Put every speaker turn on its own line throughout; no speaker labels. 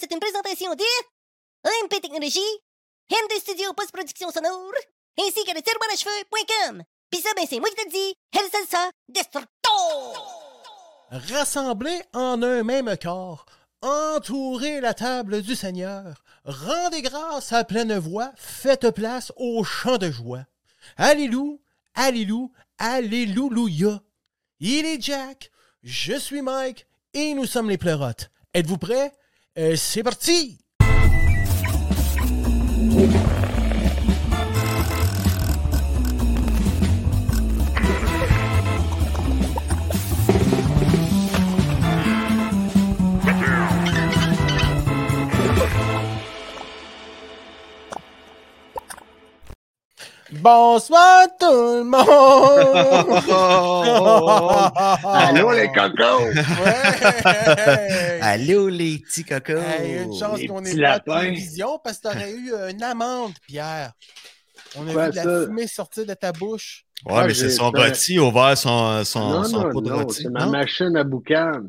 exploration de MP Technologie, MD Studio Post-Production Sonore, ainsi que le cerveau-à-cheveux.com. Pis ça, ben c'est moi qui te le dis, Hellsalsa Destructo!
Rassemblés en un même corps, entourez la table du Seigneur, rendez grâce à pleine voix, faites place au chant de joie. Alléluia, Alléluia, Alléluia. Il est Jack, je suis Mike et nous sommes les pleurotes. Êtes-vous prêts? Euh, C'est parti! Bonsoir tout le monde!
Oh, Allô les cocos!
Ouais.
Allô, les petits cocos!
Hey, une chance
les
qu'on
petits
est pas à
lapins.
télévision parce que t'aurais eu une amende, Pierre. On a
Ouais,
vu de la
ça.
fumée sortir de ta bouche.
Ouais, mais
j'ai-
c'est son
ben-
rôti, ouvert son, son,
Non,
son
non,
pot de
non,
rôti.
c'est ma
non?
machine à boucan.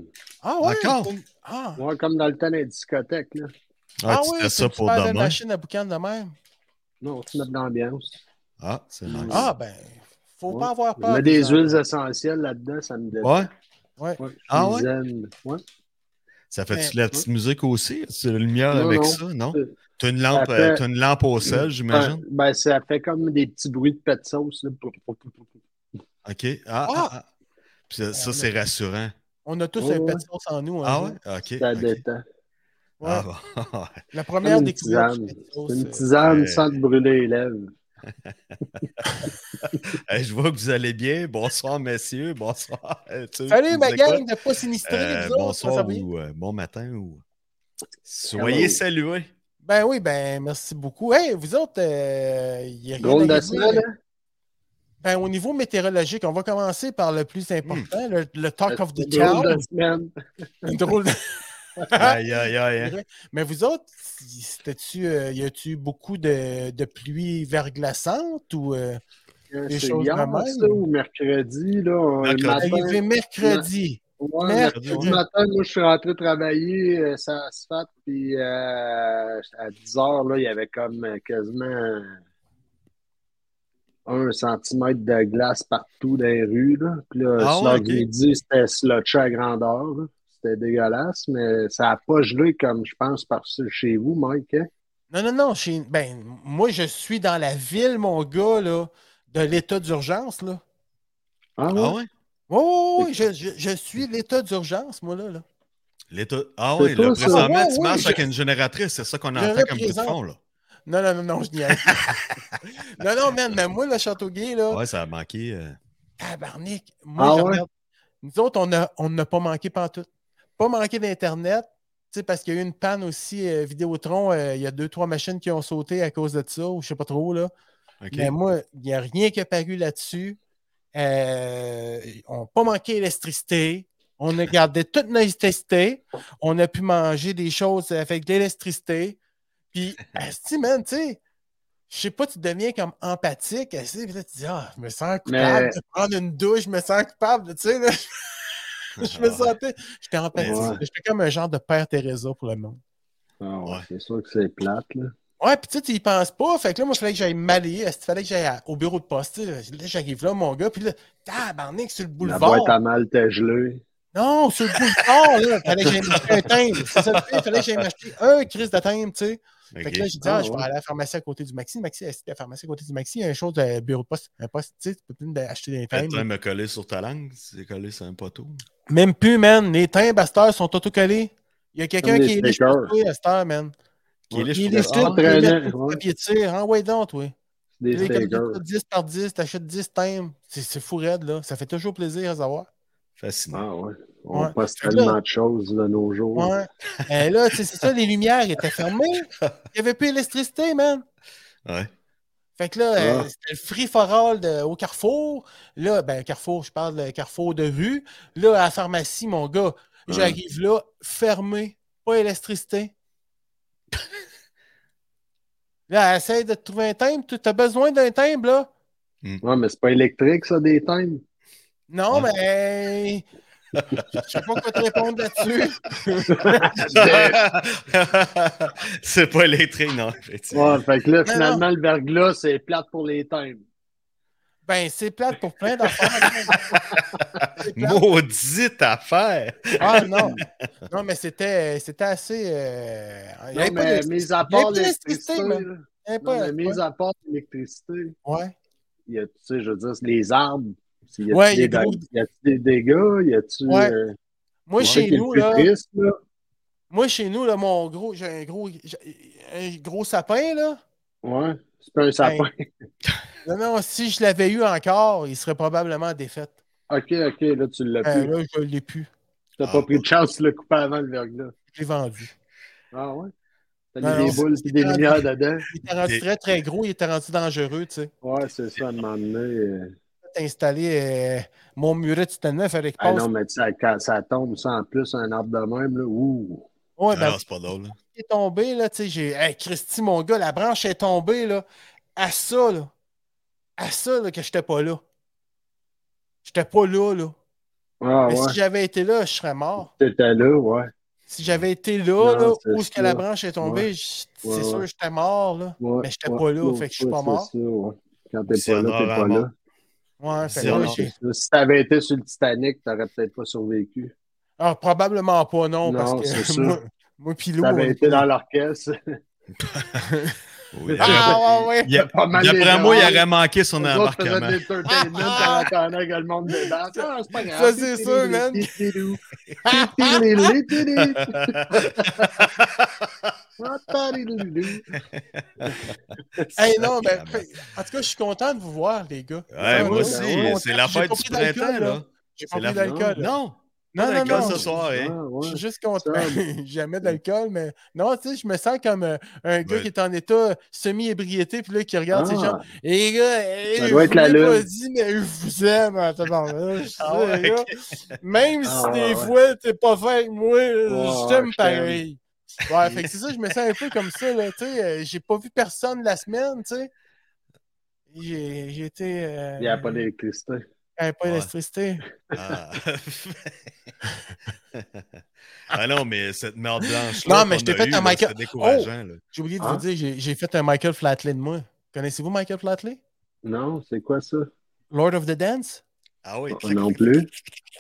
Ah ouais?
Encore?
c'est une- Ah,
Ouais, comme dans le temps des discothèques. Là.
Ah,
ah
tu
ouais,
fais
c'est
ça
une
pour
super belle
demain.
machine à boucan de même.
Non, tu mets de l'ambiance.
Ah, c'est nice.
Ah ben, faut
Ouais.
pas avoir
Je
peur.
mets des
gens.
huiles essentielles là-dedans, ça me détend.
Ouais?
Ouais, je suis
Ah ouais?
zen. Ouais.
Ça fait-tu
Ben,
de la petite musique aussi? C'est la lumière
Non,
avec
non.
ça, non?
Euh,
T'as une lampe,
ça fait-
euh, t'as une lampe au sel,
Ouais,
j'imagine?
ben, ça fait comme des petits bruits de pet de sauce. là.
OK. Ah,
Ah!
ah, ah. Puis ça, ça, c'est rassurant.
On a tous
Ouais,
un
ouais.
pet de sauce en nous. hein,
Ah
nous.
ouais? OK.
Ça
ok.
détend.
Ouais.
Ah, bon.
La
Comme
première
une
découverte
tisane.
du pet de
C'est une
sauce.
tisane
Euh,
sans te brûler les lèvres.
Hey, je vois que vous allez bien. Bonsoir, messieurs. Bonsoir. Euh, tu-
euh.
tu
Salut ma
disais quoi?
gang de pas sinistrés,
Euh,
vous autres, ça
bonsoir
va bien?
ou euh, bon matin ou. Soyez
Hello.
salués.
Ben oui, ben merci beaucoup. Hey, vous autres, euh, il y a rien
Drôle
à
de
dire.
ça, là.
Ben, au niveau météorologique, on va commencer par le plus important, le, le talk of the
Hmm. Euh, Drôle
town.
de semaine.
Une drôle de-
Aïe, aïe, aïe. hein.
Mais vous autres, si- c'était-tu, euh, y a-tu eu beaucoup de, de pluie verglaçante ou euh,
Euh,
Des
C'est
choses
hier,
de même.
ça, ou mercredi, là, un
Mercredi.
matin.
arrivé mercredi?
Ouais,
Mercredi.
mercredi matin, moi, je suis rentré travailler, euh, ça se fait, puis euh, à 10 heures, là, il y avait comme euh, quasiment un centimètre de glace partout dans les rues, là. Puis là,
Ah
sur l'heure
ouais,
que
ok.
j'ai dit, c'était slotché à grandeur, là. C'était dégueulasse, mais ça n'a pas gelé comme je pense par chez vous, Mike. hein?
Non, non, non. chez- Ben, moi, je suis dans la ville, mon gars, là, de l'état d'urgence. Là.
Ah,
Ah
ouais?
ouais?
Oh, oui, oui, je, je- je suis l'état d'urgence, moi, là. là.
L'état- Ah
C'est
ouais, là,
tout ça.
présentement,
Ouais,
tu
ouais,
marches
je-
avec une génératrice, c'est ça qu'on
Je
entend comme tout
représente.
fond, là.
Non, non, non, non, je n'y arrive pas. non, non, man, mais moi, le Châteauguay, là,
Ouais, ça a manqué. euh.
Tabarnak! Moi,
Ah
je
ouais?
regarde- Nous autres, on n'a on n'a pas manqué pantoute. Pas manqué d'Internet, tu sais, parce qu'il y a eu une panne aussi, euh, Vidéotron, euh, il y a deux, trois machines qui ont sauté à cause de ça, ou je sais pas trop, là.
OK.
Mais moi, il n'y a rien qui est paru là-dessus. Euh, on n'a pas manqué l'électricité. On a gardé toute notre électricité. On a pu manger des choses avec de l'électricité. Puis, asti, man, tu sais, je sais pas, tu deviens comme empathique. asti, puis là, tu dis, ah, je me sens coupable
Mais-
de prendre une douche, je me sens coupable, tu sais, là. je
Ah.
me sentais, j'étais empathique.
Ouais.
J'étais comme un genre de père Teresa pour le monde.
Ah ouais,
Ouais.
C'est sûr que c'est plate, là.
Ouais, puis tu sais, tu y penses pas. Fait que là, moi, il fallait que j'aille m'allier. Il fallait que j'aille à- au bureau de poste. tu sais. Là, j'arrive là, mon gars. Puis là, tabarnak, sur le
La
boulevard.
boîte à mal t'es gelée.
Non, sur le boulevard, là. Fallait que j'aille m'acheter un timbre. C'est ça le pire. Fallait que j'aille m'acheter un crise de timbre, tu sais. Fait
OK.
que là, j'ai dit, ah,
Ah,
je vais
ouais.
aller à la pharmacie à côté du Maxi. Le Maxi, est à la pharmacie à côté du Maxi. Il y a un chose de bureau de poste. Un poste, tu sais, tu peux plus acheter des
T'es en train
timbres.
de me coller sur ta langue, c'est collé sur un poteau.
Même plus, man. Les timbres à cette heure sont autocollés. Il y a quelqu'un
Comme des
qui est liché
stickers.
pour toi à cette heure, man.
Qui est
Il
là,
est
je
liché
trouve-
pour
Ah,
toi, il est
traînant,
liché pour
ouais.
papier de tir. Envoie donc, toi.
Des
Les
stickers.
calculs, 10 par 10, t'achètes 10 timbres. C'est, c'est fou raide, là. Ça fait toujours plaisir à savoir.
Fascinant.
Ah ouais. On
Ouais.
passe
Fait que
tellement
là-
de choses de nos jours.
Ouais. Euh, là, tu sais, c'est ça, les lumières étaient fermées. Il n'y avait plus d'électricité, man.
Ouais.
Fait que là, euh,
Ah.
c'était le free for all de- au Carrefour. Là, ben, Carrefour, je parle de Carrefour de rue. Là, à la pharmacie, mon gars, j'arrive là, fermé, pas d'électricité. Là, essaye de te trouver un timbre. Tu as besoin d'un timbre, là.
Ouais, mais c'est pas électrique, ça, des timbres.
Non,
Ouais.
mais Je sais pas quoi te répondre là-dessus.
c'est pas lettré, non, effectivement.
Ouais, fait que là,
Mais
finalement, le verglas, c'est plate pour les timbres.
Ben, c'est plate pour plein d'affaires. C'est plate.
Maudite affaire!
Ah non! Non, mais c'était c'était assez. euh, Il y
Non,
avait pas
mais
de-
mis à part
Il y a plus d'électricité,
l'électricité, là.
mais-
Non,
il y avait
mais
pas-
mis à part l'électricité,
Ouais.
il y a, tu sais, je veux dire, c'est les arbres. Il y a
Ouais, il y a
des,
gros-
dég- y a-tu des dégâts? Y a-tu.
Ouais.
euh,
Moi,
c'est ça
chez
qui est le
nous,
plus
là.
triste, là.
Moi, chez nous, là, mon gros, j'ai un gros, j'ai un gros sapin, là.
Ouais, c'est
Ben.
pas un sapin.
Non, non, si je l'avais eu encore, il serait probablement défait.
Ok, ok, là, tu l'as
Euh,
plus.
là, je l'ai plus.
T'as
Ah,
pas pris de chance, tu l'as coupé avant le verglas.
Je l'ai vendu.
Ah ouais? T'as
Non,
mis
non,
des boules
c'est-
et des
c'est-
lumières dedans.
Il était rendu
Et-
très, très gros, il était rendu dangereux, tu sais.
Ouais, c'est ça, à un moment donné. euh,
J'ai installé euh, mon muret de Stanef avec
Ah
passe.
non, mais tu sais, quand ça tombe, ça en plus, un arbre de même, là, ouh!
Ouais, ben,
non, c'est pas drôle. là.
qui est tombé, là, tu sais, j'ai. Hey, Christy, mon gars, la branche est tombée, là. À ça, là. À ça, là, que j'étais pas là. J'étais pas là, là.
Ah
Mais
ouais,
si j'avais été là, je serais mort.
t'étais là, ouais.
Si j'avais été là,
Non,
là,
c'est
où est-ce que
ça.
la branche est tombée, je- c'est
Ouais,
sûr,
ouais.
j'étais mort, là.
ouais
Mais j'étais
ouais,
pas là,
ouais,
fait que je suis
ouais,
pas
c'est
mort.
ça, ouais. Quand t'es
C'est
pas là, t'es
rare à
pas
mort.
là.
Ouais, fait que
C'est
là,
rare.
j'ai-
C'est ça. Si t'avais été sur le Titanic, t'aurais peut-être pas survécu.
Ah, probablement pas, non,
Non,
parce
c'est
que
sûr.
moi, moi pis Lou, on
T'avais
était-
été dans l'orchestre.
Oui,
Ah, ouais, ouais.
il y a,
pas mal
d'après
des
moi, il
erreurs.
aurait manqué son
Les autres
embarquement.
faisaient des entertainments,
Ah, ah.
t'attendais que le monde débarque. Ah, c'est pas grave.
Ça, c'est sûr, man.
Tididou, tididou, tididou. Ah, tididou.
Hey, non, ben, en tout cas, je suis content de vous voir, les gars.
Ouais,
Ah,
moi
ouais,
aussi,
ouais, ouais,
c'est la
j'ai
fête
pas
du
pris d'alcool,
printemps, là.
J'ai
C'est
pas
la-
pris d'alcool. là.
Non,
Non,
pas
non,
d'alcool
non.
ce soir, hein.
Ah,
Je
ouais.
suis juste content.
Ça.
Jamais d'alcool, mais non, tu sais, je me sens comme euh, un gars
Ouais.
qui est en état semi-ébriété, puis là, qui regarde ses gens.
Ah,
Et les gars, eh,
Ça
je
doit être la
vous l'ai pas
lune.
dit, mais je vous aime. hein, tabarnak. Je
Ah
sais,
ouais,
les gars, Même
Ah
si
ouais,
des
ouais.
fois, t'es pas fait avec moi, je
ouais,
t'aime
je t'aime.
pareil. Ouais, fait que c'est ça, je me sens un peu comme ça, là, tu sais, euh, j'ai pas vu personne la semaine, tu sais. J'ai j'ai été... euh,
Il n'y a pas d'électricité.
euh, pas
Ouais.
d'électricité.
Ah. Ah non, mais cette merde blanche.
Non, mais je t'ai fait un Michael- Oh!
C'est décourageant, là.
J'ai oublié de
Hein?
vous dire, j'ai- j'ai fait un Michael Flatley de moi. Connaissez-vous Michael Flatley?
Non, c'est quoi ça?
Lord of the Dance?
Ah oui.
Non plus.
Euh,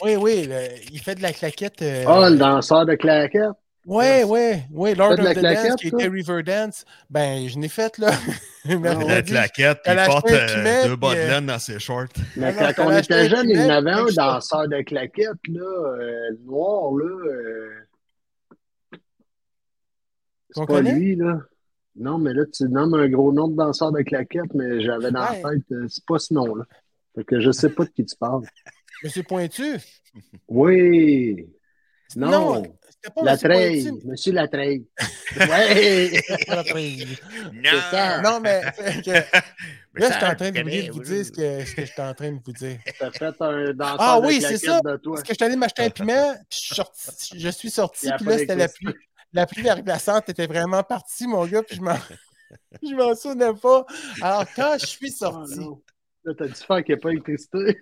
Oui, oui, le- il fait de la claquette. euh,
Ah, le danseur de claquettes.
Ouais, ouais, ouais, Lord
Fais de
of
la
the Dance
claquette,
qui
toi?
était Riverdance. Ben, je n'ai fait, là. mercredi.
La claquette,
Elle
il
a
porte
acheté un
euh,
pimet,
deux bas de
puis, euh,
laine dans ses shorts.
Mais
Non, non,
quand on
t'avais acheté
était
un
jeunes, il y en
Kinect,
avait un
quelque chose.
danseur de claquettes, là, euh, noir, là. euh,
Qu'on
C'est pas
connaît?
lui, là. Non, mais là, tu nommes un gros nom de danseur de claquettes, mais j'avais dans
Ouais.
la tête, euh, c'est pas ce nom-là. Fait que je sais pas de qui tu parles.
Monsieur Pointu.
Oui! Non!
c'était pas Monsieur
Latreille!
Pointu.
Monsieur Latreille! ouais!
Pas Latreille.
ça.
non, mais fait que-
Mais
là, je suis
ça
en train
arrête,
d'oublier de vous
Canel,
dire ce que, ce que je suis en train de vous dire.
T'as fait un danseur
Ah
de
oui, c'est
claquettes
ça.
de toi.
Parce que je suis allé m'acheter un piment, puis je suis, sorti- je suis sorti,
Il y a
puis
pas
là, c'était la
d'électricité.
pluie. La pluie verglaçante était vraiment partie, mon gars, puis je m'en. Je m'en souvenais pas. Alors, quand je suis
Ah,
sorti,
non. Là, t'as dû faire qu'il n'y a pas d'électricité.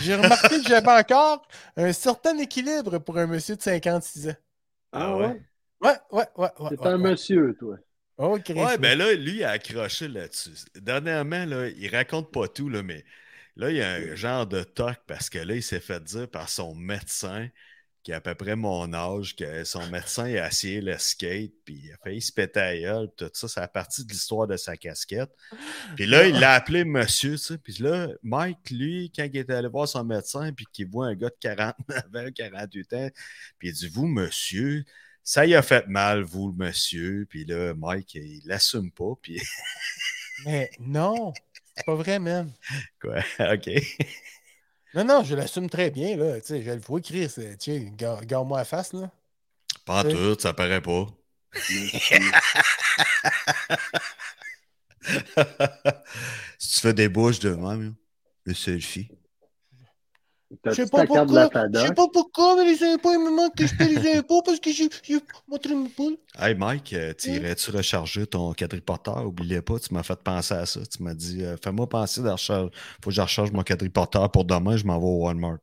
j'ai remarqué que j'avais encore un certain équilibre pour un monsieur de 56 ans.
Ah ouais?
Ouais, Ah, ouais, ouais. ouais,
C'est
ouais,
un
ouais.
monsieur, toi.
Oh, Christ,
Ouais, ben là, lui, il a accroché là-dessus. Dernièrement, là, il raconte pas tout, là, mais là, il y a un genre de toc parce que là, il s'est fait dire par son médecin, qui a à peu près mon âge, que son médecin il a essayé le skate, puis il a failli se péter la gueule, puis tout ça, c'est la partie de l'histoire de sa casquette. Puis là, il l'a appelé monsieur, tu sais. Puis là, Mike, lui, quand il était allé voir son médecin, puis qu'il voit un gars de 49 ans, 48 ans, puis il dit Vous, monsieur, ça y a fait mal, vous, le monsieur. Puis là, Mike, il l'assume pas. Puis,
Mais non, c'est pas vrai, même.
quoi, OK.
Non, non, je l'assume très bien, là. Tu sais, je le vois euh, écrire, c'est- tu sais, gar- garde-moi la face, là.
Pas en tout, ça paraît pas. si tu fais des bouches de même, là, le selfie.
T'as
Je sais
toute
pas
ta carte de
pourquoi,
la
je sais
FADOC.
pas pourquoi, mais les impôts, ils me manquent que je paie les impôts parce que j'ai j'ai montré mes poules.
Hey Mike, euh, t'irais-tu recharger ton quadriporteur? Oublie pas, tu m'as fait penser à ça. Tu m'as dit, euh, fais-moi penser de recharger. Faut que je recharge mon quadriporteur pour demain, je m'en vais au Walmart.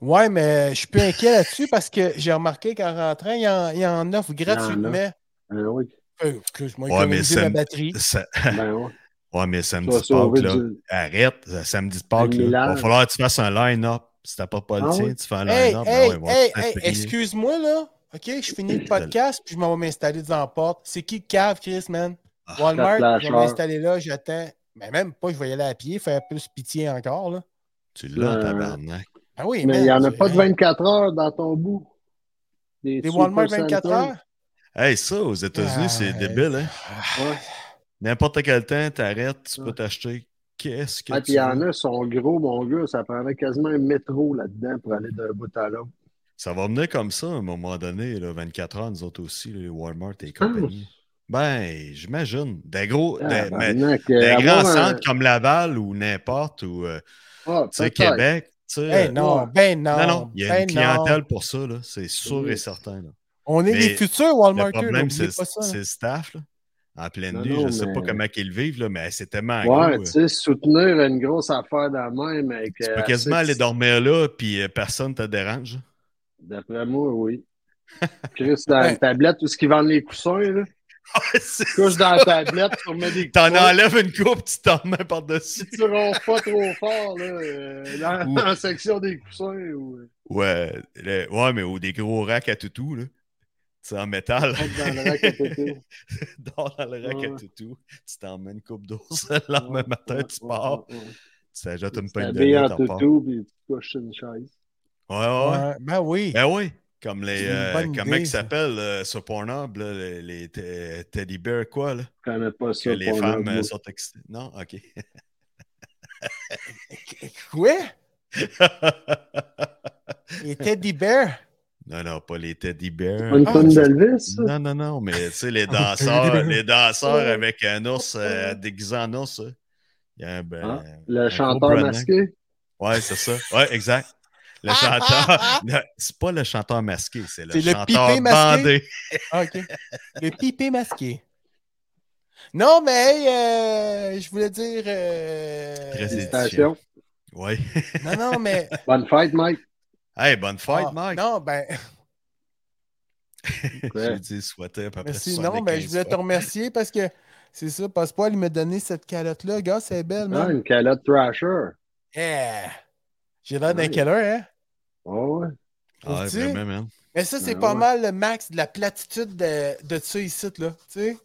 Ouais, mais je suis plus inquiet là-dessus parce que j'ai remarqué qu'en rentrant, il y en, il y en offre gratuitement.
Ben oui.
Euh, Excuse-moi,
Ouais, mais
économiser
ça
ma
me-
batterie.
Ça-
Ben oui.
Ouais, mais
Tu
samedi
vas
de
sauver
Pâques, là.
du-
Arrête, euh, samedi de Pâques,
Du
là.
millage.
Va falloir que tu fasses un line-up. Si t'as pas pas le
Ah
tien,
oui?
tu fais un
Hey,
line-up. ben
hey,
ouais, ils vont
hey,
te
hey,
payer.
excuse-moi, là. OK, je finis le podcast, puis je m'en vais m'installer dans la porte. C'est qui le cave, Chris, man?
Ah,
Walmart, je vais
flasher.
m'installer là, j'attends. Mais même pas, je vais y aller à pied, faire plus pitié encore, là.
Tu l'as,
Euh,
tabarnak.
Ah oui,
Mais
man,
il n'y en a
c'est-
pas de 24 heures dans ton bout.
Des
Super
Walmart 24
Centers.
heures?
Hey, ça, aux États-Unis, c'est
Ah,
débile, hein?
Ouais.
N'importe quel temps, t'arrêtes, tu peux
Ouais.
t'acheter. Qu'est-ce que
Ah,
tu
puis il y en
veux.
a, sont gros, mon gars. Ça prendrait quasiment un métro là-dedans pour aller d'un bout à l'autre.
Ça va venir comme ça à un moment donné, là, 24 heures, nous autres aussi, les Walmart et
Ah.
compagnie. Ben, j'imagine. Des gros, des, mais-
Tabarnak,
des
euh,
grands
avoir un-
centres comme Laval ou n'importe, ou euh,
Ah,
tu sais,
peut-être.
Québec. tu sais,
Ben
euh,
non, ben non.
non, non, il y a une
ben
clientèle
non.
pour ça, là, c'est sûr
Oui.
et certain. là.
On est
Mais
les futurs Walmart.
Le problème, c'est
pas ça. là.
c'est le staff. là. En pleine
Non,
nuit,
non,
je ne sais
mais-
pas comment ils le vivent, là, mais c'est tellement gros.
Ouais,
euh,
tu sais, soutenir une grosse affaire de même. Avec, euh,
Tu peux quasiment aller dormir là, puis euh, personne ne te dérange.
D'après moi, oui. Chris, dans la tablette, où ce qu'ils vendent les coussins, là.
Ah, C'est-
Tu couches dans la tablette pour mettre des
T'en
coussins.
enlèves une coupe, tu t'en mets
Si
par-dessus.
tu ronfles pas trop fort, là, euh, dans,
Ou-
dans la section des coussins. Ou... euh,
Ouais, le- ouais, mais ou des gros racks à toutou, là. C'est en métal.
Être dans le rack à toutou.
Dors dans le rack à
Ouais.
toutou. Tu t'emmènes une coupe d'eau le lendemain matin, tu pars.
Ouais, ouais, ouais.
Tu t'ajoutes une
Tu
peigne de
t'habilles
lait,
en
t'en pars.
toutou, puis tu couches sur une chaise.
Ouais, ouais, ouais.
Ouais, ben oui.
Ben oui. Comme les.
C'est une
euh,
bonne
comment
idée,
ils
ça.
s'appellent euh, sur Pornhub, là, les, les te- teddy bears, quoi, là?
Je connais pas
Que
ça.
les
pour
femmes
le-
euh, sont excitées. Non, OK.
Quoi? Les teddy bears?
non, non, pas les teddy bears.
Une
Ah,
tonne
ça,
d'Elvis, ça?
Non, non, non, mais tu sais, les danseurs, les danseurs avec un ours euh, déguisé en ours. hein. Il y a un, ben,
Hein?
un
Le
gros
chanteur
Braddock.
masqué?
Ouais, c'est ça. Ouais, exact. Le chanteur. Non, c'est pas le chanteur masqué, c'est le
Ah, C'est le
chanteur
pipé masqué.
bandé.
Ah, OK. Le pipé masqué. Non, mais hey, euh, je voulais dire... euh,
Très éthique.
Station.
Ouais.
non, non, mais...
Bonne fête, Mike.
Hey, bonne fête,
Ah,
Mike.
Non, ben,
J'ai dit souhaiter à peu près
merci. Non, mais je
75
voulais te
fois.
remercier parce que c'est ça, Passepoil, il m'a donné cette calotte-là. Gars, c'est belle,
Ah,
man.
une calotte Thrasher.
Yeah. J'ai l'air d'un
Ouais.
keller, hein?
Oh, ouais.
Ouais,
Trouves-tu?
vraiment, man.
Mais ça, c'est
Ben
pas
ouais.
mal le max de la platitude de, de ça ici, là. Tu sais?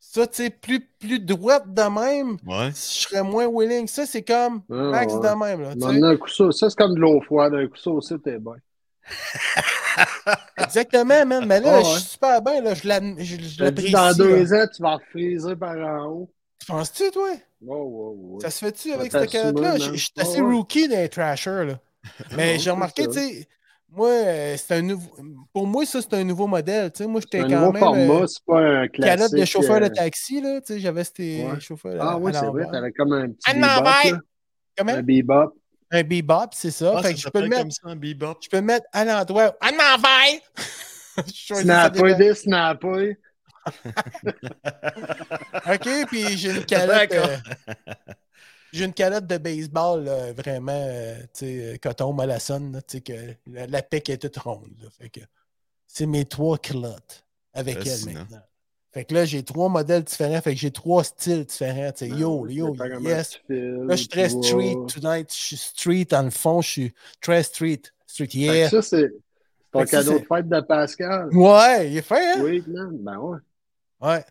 Ça, tu sais, plus, plus droite de même,
Ouais.
je serais moins willing. Ça, c'est comme
Ah,
max
ouais.
de même, là. tu sais.
M'en a un coup ça. Ça, c'est comme de l'eau froide. Un coup ça aussi, t'es bon.
Exactement, man. Mais là,
Ah,
je
ouais.
suis super bien, là. Je l'am- je- je
Je te dis,
l'apprécie.
dans
là.
deux ans, tu vas refriser par en haut.
Tu penses-tu, toi?
Wow, wow, wow.
Ça se fait-tu
Ça
avec
t'a
cette calotte-là?
assumé,
Je
man.
je suis
Ouais,
assez
ouais.
rookie dans les trashers, là. Mais
Non,
j'ai remarqué,
c'est
tu
ça.
sais, moi, euh, c'est un nouveau. Pour moi, ça, c'est un nouveau modèle. Tu sais, moi,
C'est
j'étais
un
quand
nouveau
même.
format,
euh,
c'est pas un classique.
calotte de chauffeur
euh,
de euh, taxi, là. Tu sais, j'avais ces
Ouais.
chauffeurs.
Ah, oui,
à
c'est vrai.
l'envers.
T'avais comme un petit
À
bebop.
l'envers.
là.
Comment?
Un bebop.
Un bebop, c'est ça.
Ah,
fait
Euh, ça
que je peux le
s'appelle
mettre.
comme ça en bebop.
Je peux le mettre à l'endroit. À l'envers! Je choisis ça
Snapper,
dépend.
des snapper.
Ok, puis j'ai une calotte.
D'accord.
euh, J'ai une calotte de baseball, là, vraiment, euh, tu sais, euh, coton mollassonne, là, tu sais, que la, la pique est toute ronde. là. fait que c'est mes trois calottes avec
Fascinant.
elle maintenant. Fait que là, j'ai trois modèles différents, fait que j'ai trois styles différents. tu sais,
Ben
Ah
yo, yo, yes, Là, je suis très street tonight. Je suis street, en le fond, je suis très street. Street, yeah.
Ça, c'est c'est ton
Fait que ça,
cadeau de
c'est-
fête de Pascal.
Ouais, il est fin, hein?
Oui, man. Ben ouais.
Ouais.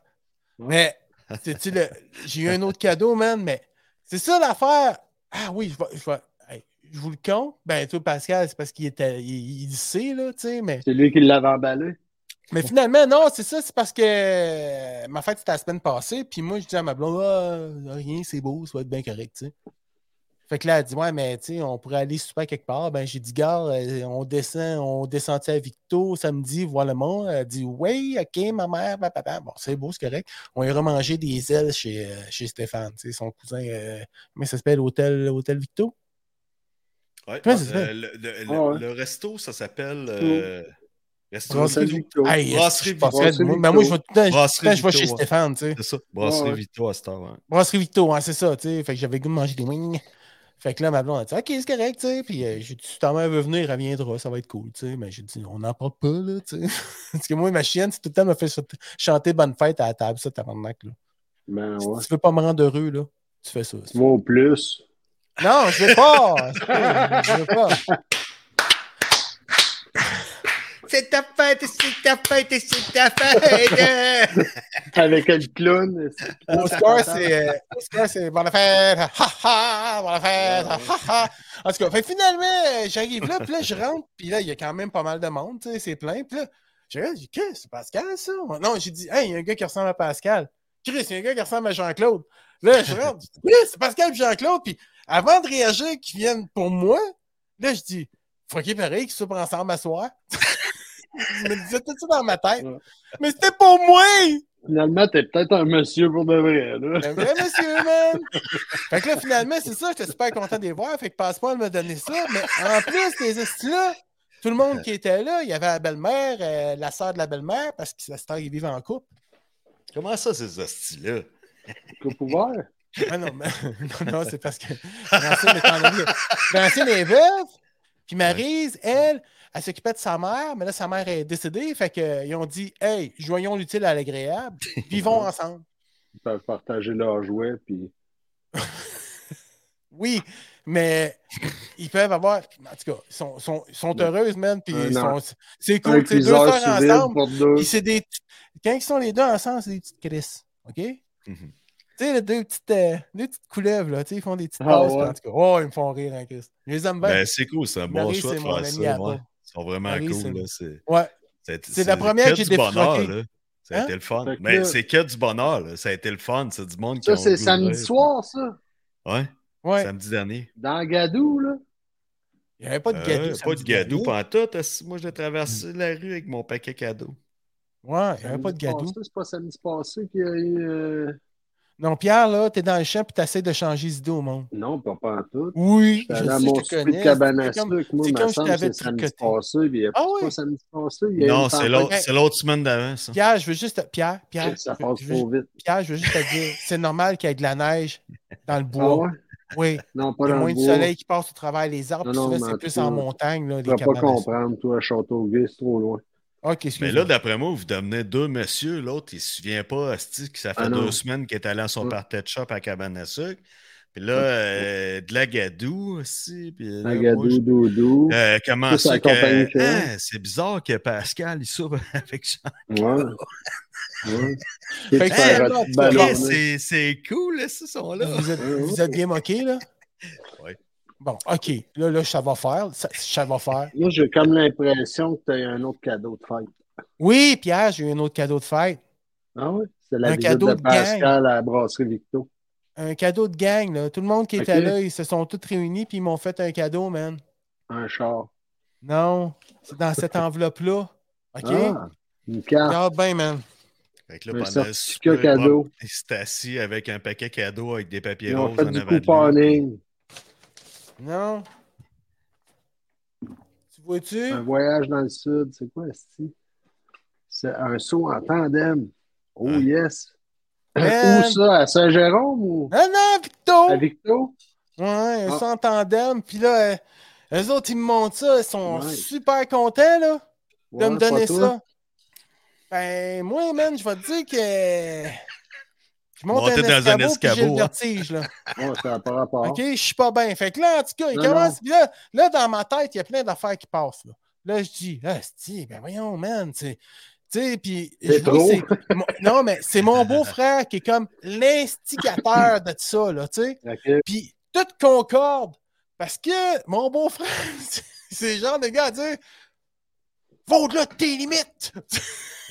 Mais, sais-tu, le... j'ai eu un autre cadeau, man, mais c'est ça l'affaire. Ah oui, je vais. Je, vais- hey, je vous le compte. Ben, toi, Pascal, c'est parce qu'il était. Il, il le sait, là, tu sais, mais.
C'est lui qui l'avait emballé.
Mais finalement, non, c'est ça, c'est parce que euh, ma fête, c'était la semaine passée, puis moi, je dis à ma blonde, Ah, rien, c'est beau, ça va être bien correct, tu sais. Fait que là, elle dit, ouais, mais tu sais, on pourrait aller super quelque part. Ben, j'ai dit, gars, on descend, on descend à Victo samedi, voir le monde. Elle dit, oui, ok, ma mère, papa, bon, c'est beau, c'est correct. On ira manger des ailes chez, euh, chez Stéphane, tu sais, son cousin, euh, mais ça s'appelle Hôtel, Hôtel Victo.
Ouais,
Ouais, c'est ça.
euh, le, le- le-
Ah ouais.
le resto, ça s'appelle. euh, resto
Brasserie
Vito.
Victo.
Hey,
Brasserie
je passerais de-
Victo.
Ben, moi, je vais tout le temps, tout
Brasserie
le temps, je vais
Victo,
chez
ouais.
Stéphane, tu sais.
C'est ça, Brasserie
Ouais, ouais.
Vito à cette heure. hein.
Brasserie Victo, hein, c'est ça, tu sais. Fait que j'avais le goût de manger des wings. Fait que là, ma blonde a dit Ok, c'est correct, tu sais. Puis euh, j'ai dit Si ta mère veut venir, elle viendra, ça va être cool, tu sais. Mais j'ai dit On n'en parle pas, là, tu sais. Parce que moi, ma chienne, c'est tout le temps, elle me fait ch- chanter bonne fête à la table, ça, tabarnak, là.
Ben
Si
ouais.
tu veux pas me rendre heureux, là, tu fais ça.
Tu vas au plus.
Non, je veux pas! Je veux pas! C'est ta fête, c'est ta fête, c'est ta fête!
Avec un clown. c'est-
Oscar, c'est euh, Oscar, c'est bonne fête! Ha ha! Bonne fête! Ha ha! En tout cas, fait, que finalement, euh, j'arrive là, puis là, je rentre, puis là, il y a quand même pas mal de monde, tu sais, c'est plein, puis là, je regarde, j'ai dit, Chris, c'est Pascal, ça? Non, j'ai dit, hey, il y a un gars qui ressemble à Pascal. Chris, il y a un gars qui ressemble à Jean-Claude. Là, je rentre, je dis, Chris, c'est Pascal et Jean-Claude, puis avant de réagir qu'ils viennent pour moi, là, je dis, faut qu'il pareil qu'ils soupent ensemble à soir. je me disais tout ça dans ma tête.
Ouais.
Mais c'était pour moi!
Finalement, t'es peut-être un monsieur pour de vrai, là.
Un Ben vrai monsieur, man! Fait que là, finalement, c'est ça, j'étais super content de les voir. Fait que passe-moi à me donner ça. Mais en plus, les estis-là, tout le monde qui était là, il y avait la belle-mère, euh, la sœur de la belle-mère, parce que la sœur, ils vivent en couple.
Comment ça, ces hosties-là?
Au pouvoir.
Ah non, mais- non, non, c'est parce que Francine est en ami. Francine est veuve, puis Maryse, elle, elle s'occupait de sa mère, mais là, sa mère est décédée. Fait qu'ils ont dit, hey, joignons l'utile à l'agréable, vivons ensemble.
Ils peuvent partager leurs jouets, puis
Oui, mais ils peuvent avoir. En tout cas, ils sont, sont, sont heureuses, man. Puis
Un
ils
an.
sont- c'est
un
cool. C'est deux
cuiseur
sœurs
sous vide
ensemble.
pour deux.
Puis c'est des. Quand ils sont les deux ensemble, c'est des petites crisses. OK?
Mm-hmm.
Mhm.
Tu sais, les deux petites, euh, deux petites couleuvres, là. Tu sais, ils font des petites
Ah
passes.
ouais.
puis en tout cas, oh, ils me font rire, hein, Chris. Je les aime bien.
Ben, c'est cool, c'est un bon
Marie,
choix de
c'est mon
faire
ami
ça.
là-bas.
ouais. Ils sont vraiment
Marie, c'est-
cool. là, C'est
ouais.
c'est-
C'est la première
que
que j'ai
du bonheur,
défroquée.
là. Ça
Hein?
a été le fun.
Fait que
Mais
là-
c'est que du bonheur, là. Ça a été le fun. C'est du monde qui
Ça,
ont le
c'est
goût de
samedi
rire.
soir, ça.
Ouais,
Ouais.
samedi dernier.
Dans Gadou, là.
Il n'y avait pas de
Euh,
gadou.
pas
samedi
de gadou
dernier.
pendant tout. Moi, j'ai traversé la rue avec mon paquet cadeau.
Ouais, il n'y
Ben,
avait pas de gadou.
Samedi passé, C'est pas samedi passé qu'il y a eu. euh,
Non, Pierre, là, t'es dans le champ, puis t'essaies de changer d'idée au monde.
Non, pas, pas en tout.
Oui, je
J'étais
sais,
allé à mon
je te
souper
connais.
de cabane à
C'est comme-
sucre, moi,
c'est
il me
comme je
semble que
t'avais
c'est samedi
tricoté.
passé, puis il y a
Ah
c'est
ouais?
pas samedi passé. Il y a
Non,
eu
c'est
une tempête.
l'autre c'est l'autre semaine d'avant, ça.
Pierre, je veux juste. te- Pierre, Pierre.
Ça
je veux-
passe
je veux juste-
trop vite.
Pierre, je veux juste te dire, c'est normal qu'il y ait de la neige dans le
Ah
bois.
ouais?
Oui,
Non,
il
pas
y a
dans
moins
le
de
bois.
soleil qui passe au travers des arbres.
Non,
puis
non,
là,
mais en
c'est plus
tout
en
cas,
montagne, là,
Tu
les
vas pas
cabanes. à sucre.
comprendre, toi, à Châteauguay, c'est trop loin.
Ok,
Mais
excuse-moi.
là, d'après moi, vous devenez deux messieurs. L'autre, il se souvient pas, asti, que ça fait
Ah non.
deux semaines qu'il est allé à son
Ouais.
party de shop à Cabane à sucre. Puis là, euh, de la gadou aussi. Puis là, moi,
Agadou,
je-
doudou.
Euh, comment
Ça, c'est
ça
la
que...
compagnie que-
Hein, c'est bizarre que Pascal, il s'ouvre avec Jean.
Ouais. Ouais.
Fait
Tu peux
que
te
c'est
faire
un
un petit
autre,
ballon,
Alors,
Hey,
hein.
c'est- c'est cool, là, ce son-là.
Vous êtes, vous êtes bien moqué, là?
Ouais.
Bon, OK. Là, là, ça va faire. Ça, ça va faire.
Moi, j'ai comme l'impression que tu as un autre cadeau de fête.
Oui, Pierre, j'ai eu un autre cadeau de fête.
Ah oui? C'est la
Un
visite
cadeau
de
de gang.
Pascal à la brasserie Victo.
Un cadeau de gang, là. Tout le monde qui était
Ok.
là, ils se sont tous réunis, puis ils m'ont fait un cadeau, man.
Un char.
Non, c'est dans cette enveloppe-là. OK?
Ah, une carte.
Regarde bien, man.
Fait que là,
Un
pendant le
certificat
souper,
cadeau.
Bob, Il s'est assis avec un paquet cadeau avec des papiers
Ils ont
roses
fait
en
du
avant de lui.
couponing.
Non. Tu vois-tu?
Un voyage dans le sud. C'est quoi, Esti? C'est un saut en tandem. Oh,
Ouais.
yes.
Man.
Où ça? À Saint-Jérôme
Non,
ou
Ben, non, Victo!
à Victo?
Ouais, ils
Ah.
sont en tandem, puis là, euh, eux autres, ils me montrent ça, ils sont
Ouais.
super contents, là, de
Ouais,
me
pas
donner
toi.
ça. Ben, moi, man, je vais te dire que... Je monte
Monter
un
dans un
escabeau, puis j'ai
escabeau,
le
hein.
vertige, là.
Ouais, ça n'a pas rapport.
OK, je suis pas bien. Fait que là, en tout cas, il
Ah. Non,
commence.
non.
puis Là, là, dans ma tête, il y a plein d'affaires qui passent. Là, Là, je dis, ah, c'ti, ben voyons, man. Tu sais, Tu sais, puis. je
C'est
vois,
trop.
c'est- mon- non, mais c'est mon beau-frère qui est comme l'instigateur de ça, là, tu sais.
OK.
Puis tout concorde parce que mon beau-frère, c'est- c'est le genre de gars à dire Faut de là de tes limites!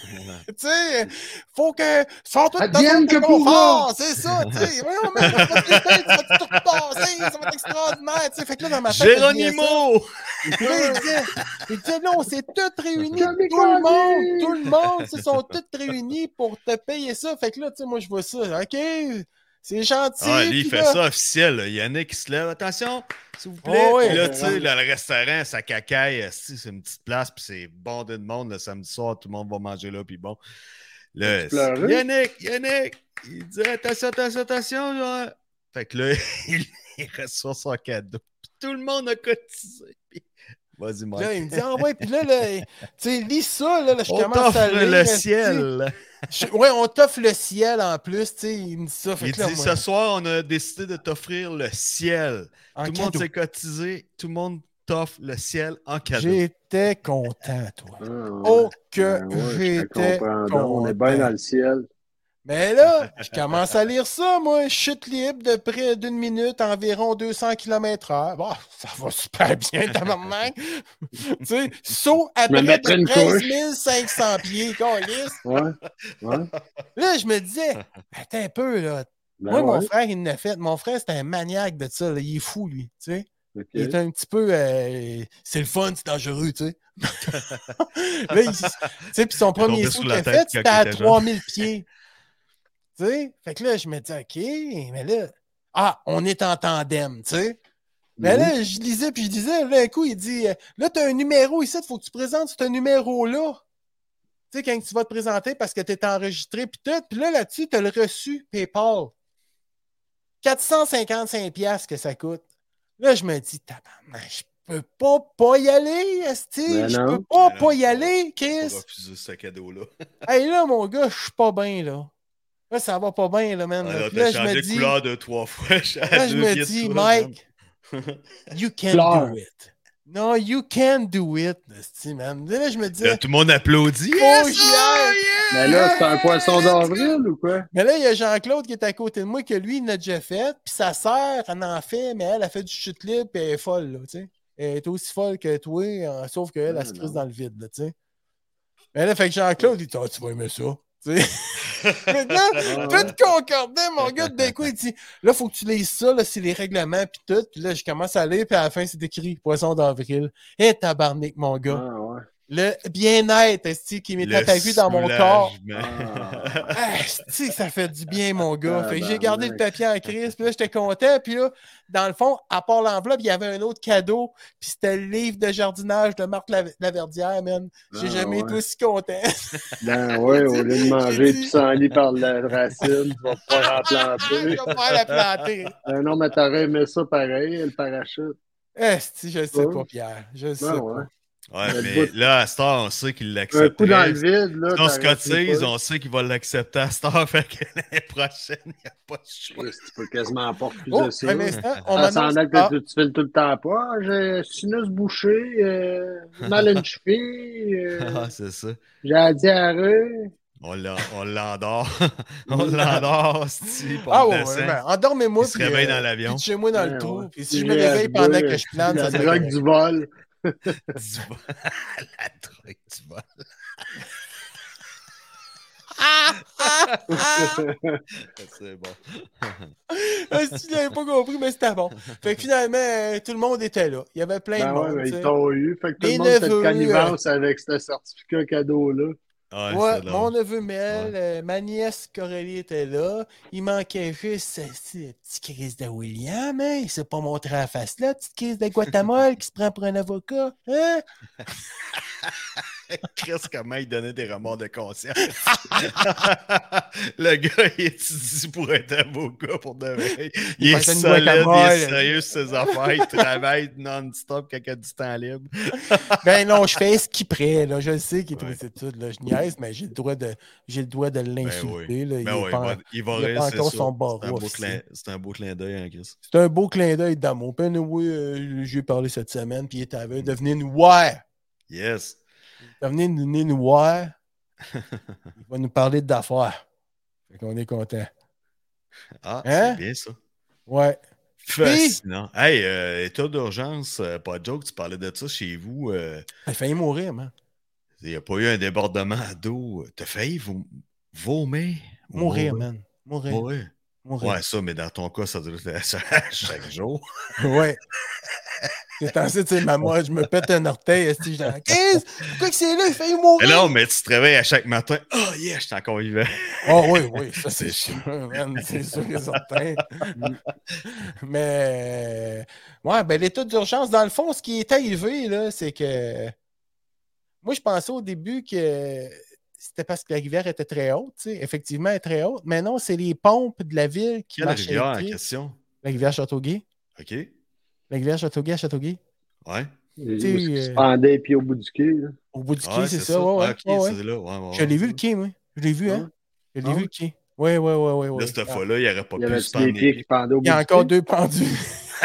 tu sais, faut que. Sors-toi de ta
Advienne
zone de
que pourra.
confort! C'est ça, tu sais. Voyons, man, ça va te faire, ça va tout repasser, ça va être extraordinaire, tu sais. Fait que là, dans ma tête. je disais ça.
Géronimo!
Puis là, il disait, il disait, là, on s'est tous réunis, tout
Jamais
le
gagné!
monde, tout le monde se sont tous réunis pour te payer ça. Fait que là, tu sais, moi, je vois ça. OK, c'est gentil.
Ah, lui, il
puis
fait
là-
ça officiel. là. Yannick, il se lève. Attention, s'il vous plaît.
Oh, ouais,
Puis là,
ouais,
tu sais,
ouais.
là, le restaurant, ça cacaille. asti, C'est une petite place, puis c'est bondé de monde. Le samedi soir, tout le monde va manger là, puis bon. Là,
As-tu pleuré?
Yannick, Yannick, il dit attention, attention, attention. genre. Fait que là, il, il reste sur son cadeau. Puis tout le monde a cotisé. Puis, Vas-y, Mike.
Là, il me dit, ah ouais, puis là, là, tu sais, lis ça, là, là, je
On
commence à
t'offre
lire.
le
tu sais.
ciel.
Je- ouais, on t'offre le ciel en plus, tu sais, il me dit ça. Fait
Il
que là,
dit
moi,
ce soir, on a décidé de t'offrir le ciel.
en
tout le monde
cadeau.
s'est cotisé. Tout le monde t'offre le ciel en cadeau.
J'étais content, toi.
Ah, ouais.
Oh que
Ah, ouais, je te
j'étais
comprends donc.
content.
On est bien dans le ciel.
Mais là, je commence à lire ça, moi. Chute libre de près d'une minute, environ 200 km h Bon, ça va super bien, tabarnak. tu sais, saut à
Je me
près
mettrais
de
une
13 500 pieds, câlisse.
Ouais. Ouais.
Là, je me disais, attends un peu, là.
Ben
moi, mon
ouais,
frère, il l'a fait. Mon frère, c'est un maniaque de ça, là. Il est fou, lui, tu sais.
ok. Ben,
Il est un petit peu. euh, c'est le fun, c'est dangereux, tu sais. là, il- tu sais, puis son premier
tombé
saut
sous
qu'il
la
a
tête
fait,
quand
c'était
il
à
était jeune.
3000 pieds. tu sais, fait que là, je me dis, OK, mais là, ah, on est en tandem, tu sais. Mais Ben là, je lisais, puis je disais, là, un coup, il dit, euh, là, t'as un numéro ici, faut que tu présentes ce numéro-là. Tu sais, quand tu vas te présenter parce que t'es enregistré, puis tout. Puis là, là-dessus, t'as le reçu PayPal. 455$ piastres que ça coûte. Là, je me dis, tabarnak, je peux pas pas y aller,
Ben
Esti. Je
non.
peux pas
Ben non,
pas y
faut-
aller,
On
Chris.
va refuser ce cadeau-là.
Hey, là, mon gars, je suis pas bien, là. Là, ça va pas bien, là, man.
Ah,
là,
là,
Puis là,
t'as
je
changé
me
de
dis,
couleur deux, trois fois.
là, je me dis, Mike, you can
Pleure.
do it. Non, you can do it, Esti, man. Oh, Là, je me dis,
Là, tout le monde applaudit.
Yes,
Yes,
sir,
yes!
Mais là, c'est un poisson d'avril ou quoi?
Mais là, il y a Jean-Claude qui est à côté de moi, que lui, il l'a déjà fait. Puis sa sœur, elle en fait, mais elle a fait du chute libre, puis elle est folle, là, tu sais. Elle est aussi folle que toi, euh, sauf qu'elle, elle,
Ah,
se
non.
crisse dans le vide, là, tu sais. Mais là, fait que Jean-Claude, il dit, Ah, tu vas aimer ça. Tu sais. Fait que
Ah,
là, tout concordé, mon gars, d'un coup, il dit, là, faut que tu lises ça, là, c'est les règlements, puis tout. Puis là, je commence à lire, puis à la fin, c'est écrit Poisson d'avril. Eh, tabarnak, mon gars.
Ah, ouais.
Le bien-être, esti, qui m'est attaqué dans mon corps.
soulagement.
Ah, tu que ça fait du bien, mon gars.
Ah,
Fait que
ben,
j'ai gardé le
mec.
papier en crise, puis là, j'étais content. Puis là, dans le fond, à part l'enveloppe, il y avait un autre cadeau, puis c'était le livre de jardinage de Marc Lav- Laverdière, man. J'ai
Ah,
jamais été
ouais.
aussi content.
Ben ouais, au lieu de manger
J'ai
du
dit-
pissenlit par la racine, tu vas pouvoir en
Je vais
planter.
pas la planter.
Ben non, mais t'aurais aimé ça pareil, le parachute.
Esti, Eh, je le sais
Ouais.
pas, Pierre. Je le sais
Oh. Ben
pas.
ouais.
Ouais,
Le
mais
bout-
là, à cette heure, on sait qu'il
Un
l'accepte.
coup dans le vide, là.
on se
t'aurais pris
cotise,
pas.
on sait qu'il va l'accepter à cette heure. Fait que l'année prochaine, il n'y a pas de choix.
Ouais, Tu peux quasiment pas refuser
Oh,
ça.
un instant, on
Ça s'en
m'annonce-
a que
Ah,
tu, tu files tout le temps pas. Ah, J'ai sinus bouché, euh, mal à une cheville, euh,
Ah, c'est ça.
j'ai la diarrhée.
On l'a- on l'endort. on l'endort, si
ah ouais, ouais, ben, endormez-moi.
Il se
puis,
réveille
euh,
dans l'avion.
puis Pitchez-moi dans
Ouais,
le trou.
Ben ouais.
Puis si je me
J'ai
réveille
la
pendant
drogue,
que je plane,
La
ça serait
drogue
correct.
du vol.
du vol. La drogue du vol.
Ah, ah, ah.
C'est bon.
Ah, si tu l'avais pas compris, mais c'était bon. Fait que finalement, euh, tout le monde était là. Il y avait plein
Ben
de
ouais,
monde.
mais
tu
ils
sais.
t'ont eu. Fait que tout
Les
le monde fait
neveux, euh,
de connivence avec ce certificat cadeau-là.
Ouais,
Ouais,
c'est
mon
drôle.
neveu Mel, euh, ma nièce Coralie était là. Il manquait juste euh, si, le petit Chris de William, hein. Il s'est pas montré à la face là, petite Chris de Guatemala qui se prend pour un avocat. Hein?
Chris, comment il donnait des remords de conscience. le gars, il étudie pour être avocat pour de vrai. Il,
Il
est
fait une
solide, il
guacamole.
est sérieux sur ses affaires, il travaille non-stop quand il a du temps libre.
Ben non, je fais ce qu'il prête, là. Je le sais qu'il est
Ouais.
aux études, là. Je niaise, mais j'ai le droit de j'ai le droit de l'insulter. là. Il
Ben
est
ouais,
pas-
il va,
il a pas
il va rire, c'est
encore
sûr.
son barreau
C'est un beau
officiel.
clin- C'est un beau clin d'œil, hein, Chris.
C'est un beau clin d'œil d'amour. Ben oui, j'ai parlé cette semaine, puis il est aveugle. Devenez noir.
Yes.
Devenez une noir. Il va nous parler d'affaires. Fait qu'on est content.
Ah,
Hein?
c'est bien ça.
Ouais.
Fascinant. Hey, euh, état d'urgence, euh, pas de joke, tu parlais de ça chez vous. euh,
J'ai failli mourir, man.
il n'y a pas eu un débordement d'eau. T'as failli vom- vomir? ou
Mourir, man. Mourir.
Mourir.
Mourir.
Ouais, ça, mais dans ton cas, ça doit être à chaque jour.
Ouais. C'est ainsi, tu sais, maman, je me pète un orteil, est-ce que j'ai la crise? Pourquoi que c'est là? J'ai failli
Mais
mourir.
non, mais tu te réveilles à chaque matin. Oh yeah, je suis encore vivant.
Ah oui, oui, ça c'est sûr, man, c'est sûr et certain. Mais euh, ouais, ben l'état d'urgence, dans le fond, ce qui est arrivé, là, c'est que moi, je pensais au début que c'était parce que la rivière était très haute, tu sais. effectivement, elle est très haute, mais non, c'est les pompes de la ville qui
Quelle
marchaient.
rivière en
pied.
question?
La rivière Châteauguay.
OK?
Le gars, Châteauguay à Châteauguay.
Ouais.
Il
Tu sais,
se
euh,
pendait les pieds au bout du quai. là.
Au bout du quai,
Ouais, Ah,
c'est ça. ouais, ouais,
Ok,
ouais, ouais.
c'est là. Ouais, ouais,
Je l'ai
ouais.
vu le quai, moi. Je l'ai vu, hein. Je l'ai
Ah
vu
ouais?
le quai. Ouais, ouais, ouais, ouais. ouais.
Là, cette fois-là, il n'aurait pas
Il y
pu
avait
se
des pieds
pendre.
qui pendaient au bout
Il y a
du
encore
quai. Ah,
deux pendus.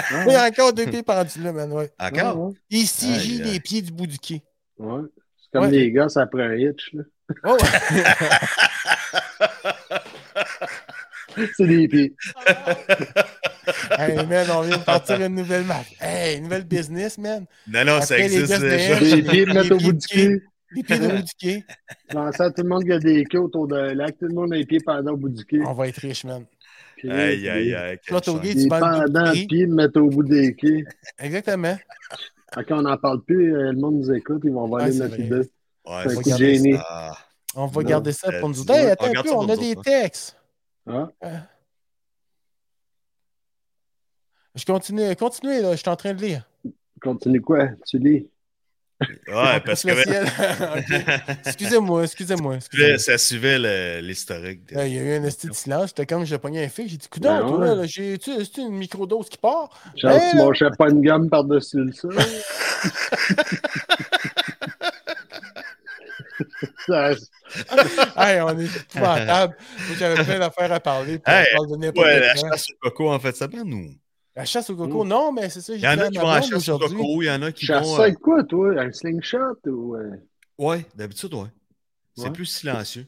Il y a encore deux pieds pendus, là, man. Ouais.
Encore?
Ouais,
Il sigit
Ah Aïe,
les
aïe.
pieds du bout du quai.
ouais. Ouais. C'est comme
Ouais.
les gars, ça prend un hitch. là.
Oh, ouais.
C'est des pieds.
hey, man, on vient de partir une nouvelle marque. Hey, nouvelle business, man.
non, non, ça
Après, les
existe
gosses de
déjà.
H.
Des pieds de
Les
mettre au
pieds
bout
de
du
quai.
quai.
Les pieds du bout du quai.
Lancer à tout le monde qu'il y a des quais autour de lac. Tout le monde a les pieds pendants au bout du quai.
On va être riche, man.
Puis,
Oh, Aïe, aïe, aïe. quelle
L'autre au
chance.
gay.
Des
Tu vends le bout du
pendants
quai.
de pieds mettre au bout des quais.
Exactement.
Fait qu'on n'en parle plus, euh, le monde nous écoute, ils vont
Ah,
voler
c'est
notre
vrai.
idée.
Ouais,
C'est
c'est
un coup de
ça.
génie.
Ah.
On va
Non,
garder ça pour
euh,
nous
dis-le.
dire. Hey, attends
On
un
garde
peu,
ça
on
pour
a
nous
des
autres, hein.
textes.
Ah,
Je continue, continuez, là, je suis en train de lire.
continue quoi? Tu lis?
Ouais,
On
parce
pousse le
que
ciel. Ok. Excusez-moi, excusez-moi. excusez-moi.
Ouais, ça suivait le- l'historique. de-
Là, il y a eu un esti de silence. J'étais comme, j'ai pogné un fil. J'ai dit, coudons,
Ben
toi,
ouais.
là, j'ai- tu c'est une microdose qui part.
Charles,
Ben
tu
là.
mangeais pas une gomme par-dessus le sol? Ça,
hey, on est épouvantable. Moi, J'avais plein d'affaires à parler. puis
Hey,
on parle de n'importe
Ouais, la
quoi.
chasse au coco en fait, ça bien nous.
La chasse au coco, non, mais c'est ça.
Il y en a qui vont à la chasse au coco, il y en a qui
chasse
vont.
ça
euh,
avec quoi, toi? Un slingshot? Ou, euh,
Ouais, d'habitude, ouais. C'est
Ouais.
plus silencieux.